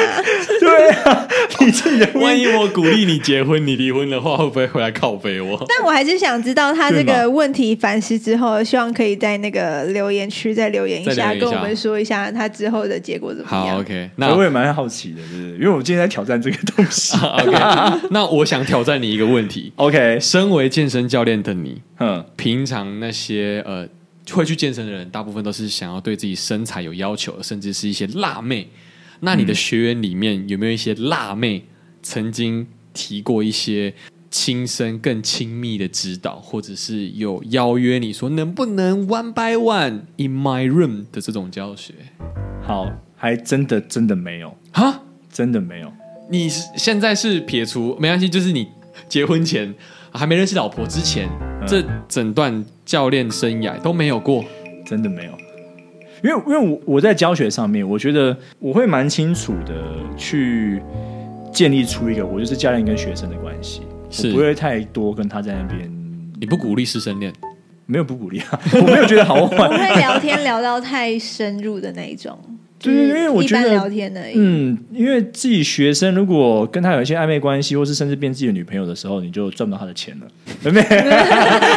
S5: 对啊，你自己的婚
S3: 万
S5: 姻
S3: 一我鼓励你结婚，你离婚的话，会不会回来靠背我？
S4: 但我还是想知道他这
S5: 对
S4: 个问题反思之后，希望可以在那个留言区再留言一
S3: 再留
S4: 下，
S3: 言一下
S4: 跟我们说一下他之后的结果怎么
S3: 好
S4: 样。
S3: ，OK，
S5: 那
S3: 那
S5: 我也蛮好奇的，对不对？因为我今天在挑战这个东西。
S3: OK，那我想挑战你一个问题：
S5: OK，
S3: 身为健身教练的你，
S5: 嗯，
S3: 平常那些呃会去健身的人，大部分都是想要对自己身材有要求，甚至是一些辣妹。那你的学员里面有没有一些辣妹曾经提过一些亲身更亲密的指导，或者是有邀约你说能不能 one by one in my room 的这种教学？
S5: 好，还真的真的没有，
S3: 哈，
S5: 真的没有。
S3: 你是现在是撇除没关系，就是你结婚前还没认识老婆之前，这整段教练生涯都没有过。
S5: 真的没有。因为因为我我在教学上面，我觉得我会蛮清楚的去建立出一个我就是教练跟学生的关系，
S3: 是
S5: 我不会太多跟他在那边
S3: 你不鼓励师生恋？
S5: 没有不鼓励啊，我没有觉得好
S4: 不
S5: 坏，
S4: 会聊天聊到太深入的那一种，就
S5: 对对，因为我
S4: 是一
S5: 觉
S4: 般
S5: 得
S4: 聊天而已。
S5: 嗯，因为自己学生如果跟他有一些暧昧关系，或是甚至变自己的女朋友的时候，你就赚不到他的钱了， 对不对？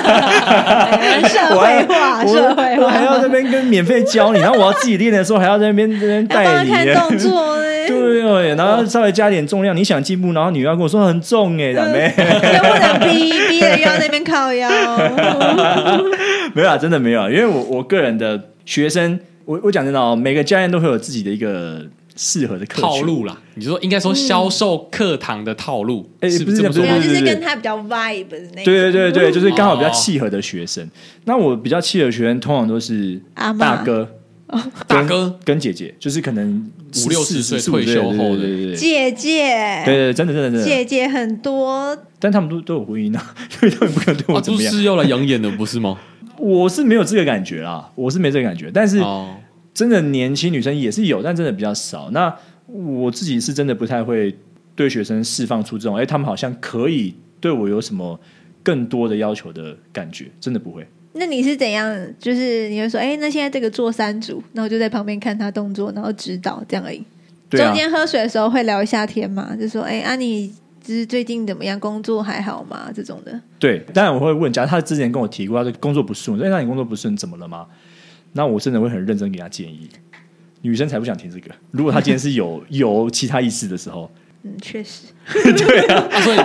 S4: 哎社
S5: 我还
S4: 会化，社会
S5: 我我还要
S4: 化，
S5: 在那边跟免费教你，然后我要自己练的时候还要在那边在那边
S4: 要帮
S5: 带
S4: 他
S5: 你，
S4: 看动作呢，
S5: 对 对，然后稍微加点重量，你想进步，然后女要跟我说很重 哎，咋没？
S4: 又不能逼，逼了又要那边靠腰，
S5: 没有啊，真的没有啊，因为我我个人的学生，我我讲真的哦，每个教练都会有自己的一个适合的客群
S3: 套。路啦，你说应该说销售课堂的套路，
S5: 哎
S3: 是
S5: 不是
S3: 这么说
S4: 没
S5: 不
S4: 有，
S3: 吗？
S4: 就是跟他比较 vibe 的那种
S5: 对对对对，就是刚好比较
S3: 哦
S5: 契合的学生。那我比较契合的学生，通常都是
S4: 阿嬷
S5: 大哥、
S3: 大哥
S5: 跟姐姐，就是可能
S3: 五六十岁
S5: 四五
S3: 退休后的
S5: 对对对对
S4: 姐姐，
S5: 对对，真的真的真的。
S4: 姐姐很多，
S5: 但他们都都有婚姻啊， 所以他们不可能对
S3: 啊，
S5: 我怎
S3: 就
S5: 么样。
S3: 是要来养眼的，不是吗？
S5: 我是没有这个感觉啦，我是没这个感觉。但是
S3: 哦，
S5: 真的年轻女生也是有，但真的比较少。那我自己是真的不太会对学生释放出这种，哎、他们好像可以对我有什么更多的要求的感觉，真的不会。
S4: 那你是怎样？就是你会说，哎、那现在这个做三组，那我就在旁边看他动作，然后指导这样而已。
S5: 对啊
S4: 中，间喝水的时候会聊一下天嘛，就说，哎、啊你就是最近怎么样？工作还好吗？这种的。
S5: 对。当然我会问，假如他之前跟我提过，他说工作不顺，哎、那你工作不顺怎么了吗？那我真的会很认真给他建议。女生才不想听这个。如果她今天是有 有其他意思的时候，
S4: 嗯，确实，
S3: 啊 所以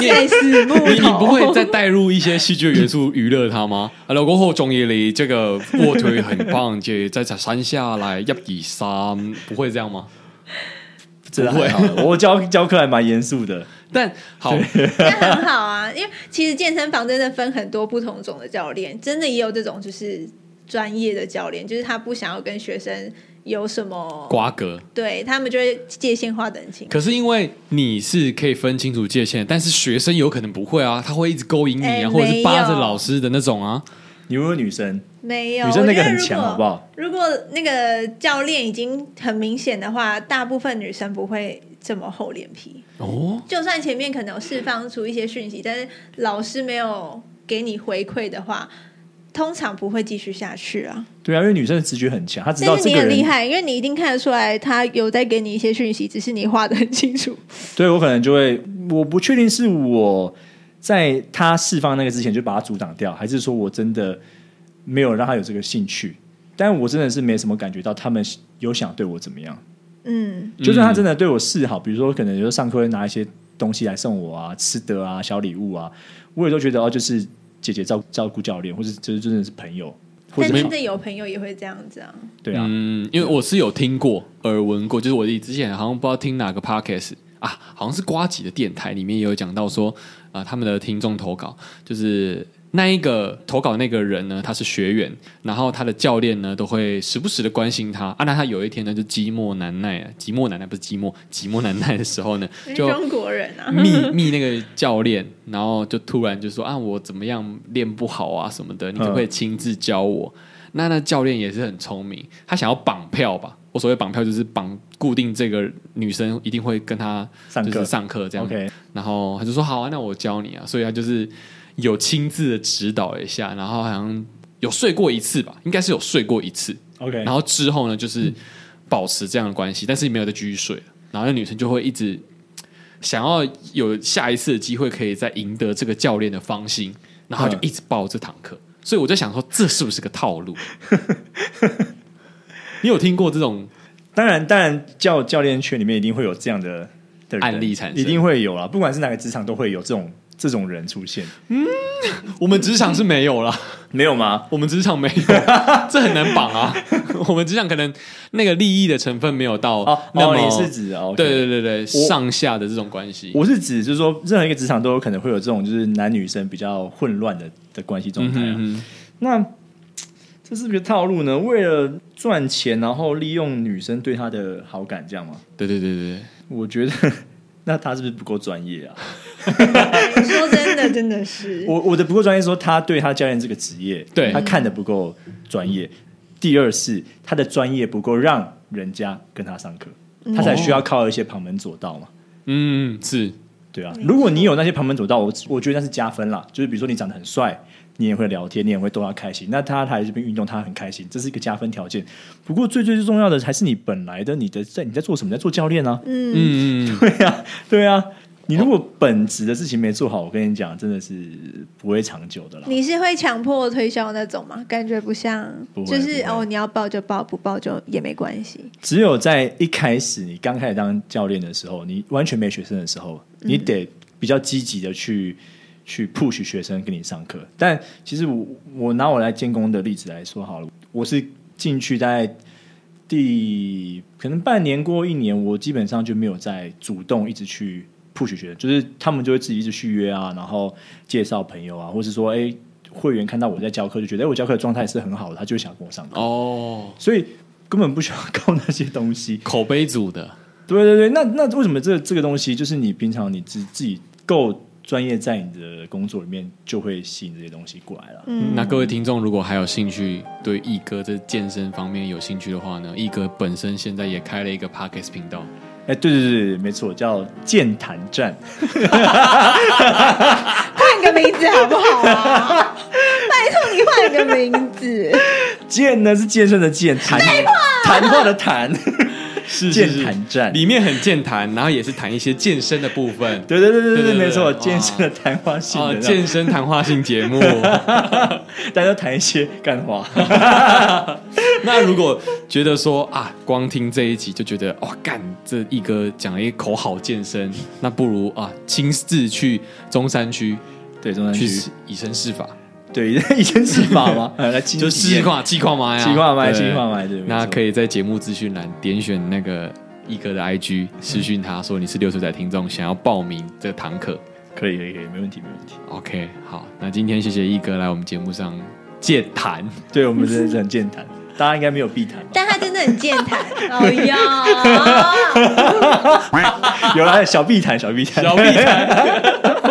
S3: 你
S4: 类似木头
S3: 你你不会再带入一些戏剧元素娱乐他吗？啊，老公后中夜里这个卧推很棒，姐在山下来一二三，不会这样吗？
S5: 真的
S3: 不会
S5: 还好。我教教课还蛮严肃的，
S3: 但好，
S4: 那很好啊，因为其实健身房真的分很多不同种的教练，真的也有这种就是专业的教练，就是他不想要跟学生有什么，
S3: 瓜葛。
S4: 对他们就会界限划得很清。
S3: 可是因为你是可以分清楚界限，但是学生有可能不会啊，他会一直勾引你
S4: 哎
S3: 啊，或者是扒
S4: 没
S3: 着
S4: 有
S3: 老师的那种啊。
S5: 你问问女生，
S4: 没有，
S5: 女生那个
S4: 我觉得
S5: 很
S4: 如
S5: 强，
S4: 果
S5: 好不好？
S4: 如果那个教练已经很明显的话，大部分女生不会这么厚脸皮。
S3: 哦，
S4: 就算前面可能有释放出一些讯息，但是老师没有给你回馈的话，通常不会继续下去啊。
S5: 对啊，因为女生的直觉很强，她知道
S4: 但是
S5: 这
S4: 你
S5: 嗯个
S4: 很厉
S5: 人。
S4: 害，因为你一定看得出来他有在给你一些讯息，只是你画的很清 楚。
S5: 对我可能就会，我不确定是我在她释放那个之前就把她阻挡掉，还是说我真的没有让她有这个兴趣。但我真的是没什么感觉到他们有想对我怎么样。
S4: 嗯，
S5: 就算他真的对我示好，比如说可能有时候上课会拿一些东西来送我啊，吃的啊，小礼物啊，我也都觉得哦，就是姐姐照照顾教练，或者就是真的是朋友，或
S4: 但
S5: 者
S4: 真的有朋友也会这样子啊。
S5: 对啊，
S3: 嗯，因为我是有听过、耳闻过，就是我之前好像不知道听哪个 podcast 啊，好像是瓜吉的电台里面也有讲到说，啊、他们的听众投稿就是。那一个投稿那个人呢，他是学员，然后他的教练呢都会时不时的关心他。啊，那他有一天呢就寂寞难耐，啊寂寞难耐不是寂寞，寂寞难耐的时候呢，就
S4: 中国人 啊，
S3: 密密那个教练，然后就突然就说啊，我怎么样练不好啊什么的，你可不可以亲自教我？那那教练也是很聪明，他想要绑票吧？我所谓绑票就是绑固定这个女生一定会跟他
S5: 上
S3: 就是
S5: 课
S3: 上课这样。
S5: OK，
S3: 然后他就说好啊，那我教你啊，所以他就是有亲自的指导一下，然后好像有睡过一次吧，应该是有睡过一次，
S5: OK，
S3: 然后之后呢，就是保持这样的关系，但是没有再继续睡了。然后那女生就会一直想要有下一次的机会，可以再赢得这个教练的芳心，然后她就
S5: 嗯
S3: 一直报这堂课。所以我就想说，这是不是个套路？ 你有听过这种
S5: 当然，当然，教教练圈里面一定会有这样的的人
S3: 案例产生
S5: 一定会有啦。不管是哪个职场，都会有这种这种人出现，
S3: 我们职场是没有啦，
S5: 没有吗？
S3: 我们职场没有，这很难绑啊。 我们职场可能那个利益的成分没有到
S5: 哦
S3: 那
S5: 哦，
S3: 么、
S5: 你是指哦，OK
S3: 对对对对上下的这种关系。
S5: 我是指就是说，任何一个职场都有可能会有这种就是男女生比较混乱的的关系状态啊。
S3: 嗯哼
S5: 那这是不是个套路呢？为了赚钱，然后利用女生对他的好感，这样吗？
S3: 对对对对对。
S5: 我觉得那他是不是不够专业啊？
S4: 说真的，真的是。
S5: 我我的不够专业，说他对他教练这个职业，
S3: 对
S5: 他看的不够专业。第二是他的专业不够让人家跟他上课，他才需要靠一些旁门左道嘛。
S3: 嗯，是
S5: 对啊，
S4: 没错
S5: 如果你有那些旁门左道，我我觉得那是加分啦。就是比如说你长得很帅，你也会聊天，你也会逗他开心。那他来这边运动，他很开心，这是一个加分条件。不过最最最重要的还是你本来的你的在你在做什么，你在做教练啊，
S4: 嗯，
S3: 嗯，
S5: 对呀、对呀、你如果本职的事情没做好，我跟你讲，真的是不会长久的啦。
S4: 你是会强迫推销那种吗？感觉不像，
S5: 不会
S4: 就是
S5: 不会
S4: 哦，你要报就报，不报就也没关系。
S5: 只有在一开始你刚开始当教练的时候，你完全没学生的时候，你得比较积极的去去 push 学生跟你上课。但其实我我拿我来监工的例子来说好了，我是进去大概第可能半年过一年，我基本上就没有再主动一直去 push 学生，就是他们就会自己一直续约啊，然后介绍朋友啊，或是说哎。会员看到我在教课，就觉得哎我教课的状态是很好的，他就会想跟我上课。
S3: 哦，
S5: 所以根本不需要靠那些东西。
S3: 口碑组的，
S5: 对对对，那那为什么这这个东西就是你平常你自自己够专业，在你的工作里面就会吸引这些东西过来了。
S4: 嗯，
S3: 那各位听众如果还有兴趣对毅哥这健身方面有兴趣的话呢，毅哥本身现在也开了一个 podcast 频道，
S5: 哎，对对对对，没错，叫健谈站。
S4: 换个名字好不好 啊？拜托你换个名字。
S5: 健呢是健身的健，谈谈话的谈，
S3: 是
S5: 健谈站。
S3: 里面很健谈，然后也是谈一些健身的部分，
S5: 对对对对
S3: 对对
S5: 对，
S3: 对
S5: 没错，
S3: 哇
S5: 健身的谈话性啊
S3: 哦
S5: 的，那
S3: 健身谈话性 节目。
S5: 大家都谈一些干话。
S3: 那如果觉得说啊，光听这一集就觉得哇干，这一哥讲了一口好健身，那不如啊亲自去中山区
S5: 对，中山
S3: 去
S5: 区，
S3: 试以身试法，
S5: 对，以前是法吗？呃来，亲
S3: 就
S5: 自体
S3: 试
S5: 验
S3: 跨气跨麦啊，
S5: 气跨麦
S3: 对
S5: 气跨麦对没错
S3: 那可以在节目资讯栏点选那个一哥的 IG 私讯他说你是六十载听众，想要报名这个堂课。
S5: 可以可以可以，没问题没问题。
S3: OK，好，那今天谢谢一哥来我们节目上健 谈。
S5: 对我们真的是很健谈，大家应该没有避谈吧？
S4: 但他真的很健谈，哦哟，
S5: 有啦，小避谈，小避谈，
S3: 小避
S5: 谈。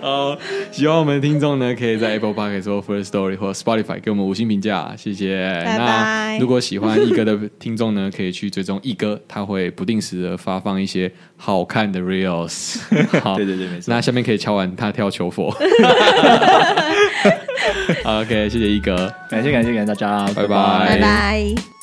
S3: 呃，喜欢我们的听众呢，可以在 Apple Podcast 或 First Story 或 Spotify 给我们五星评价，谢谢。
S4: 拜
S3: 那如果喜欢一哥的听众呢，可以去追踪一哥，他会不定时的发放一些好看的 reels。好，
S5: 对对对没错
S3: 那下面可以敲完他跳求 佛。好 OK，谢谢一哥。
S5: 感谢感谢感谢大家，
S3: 拜拜
S4: 拜拜。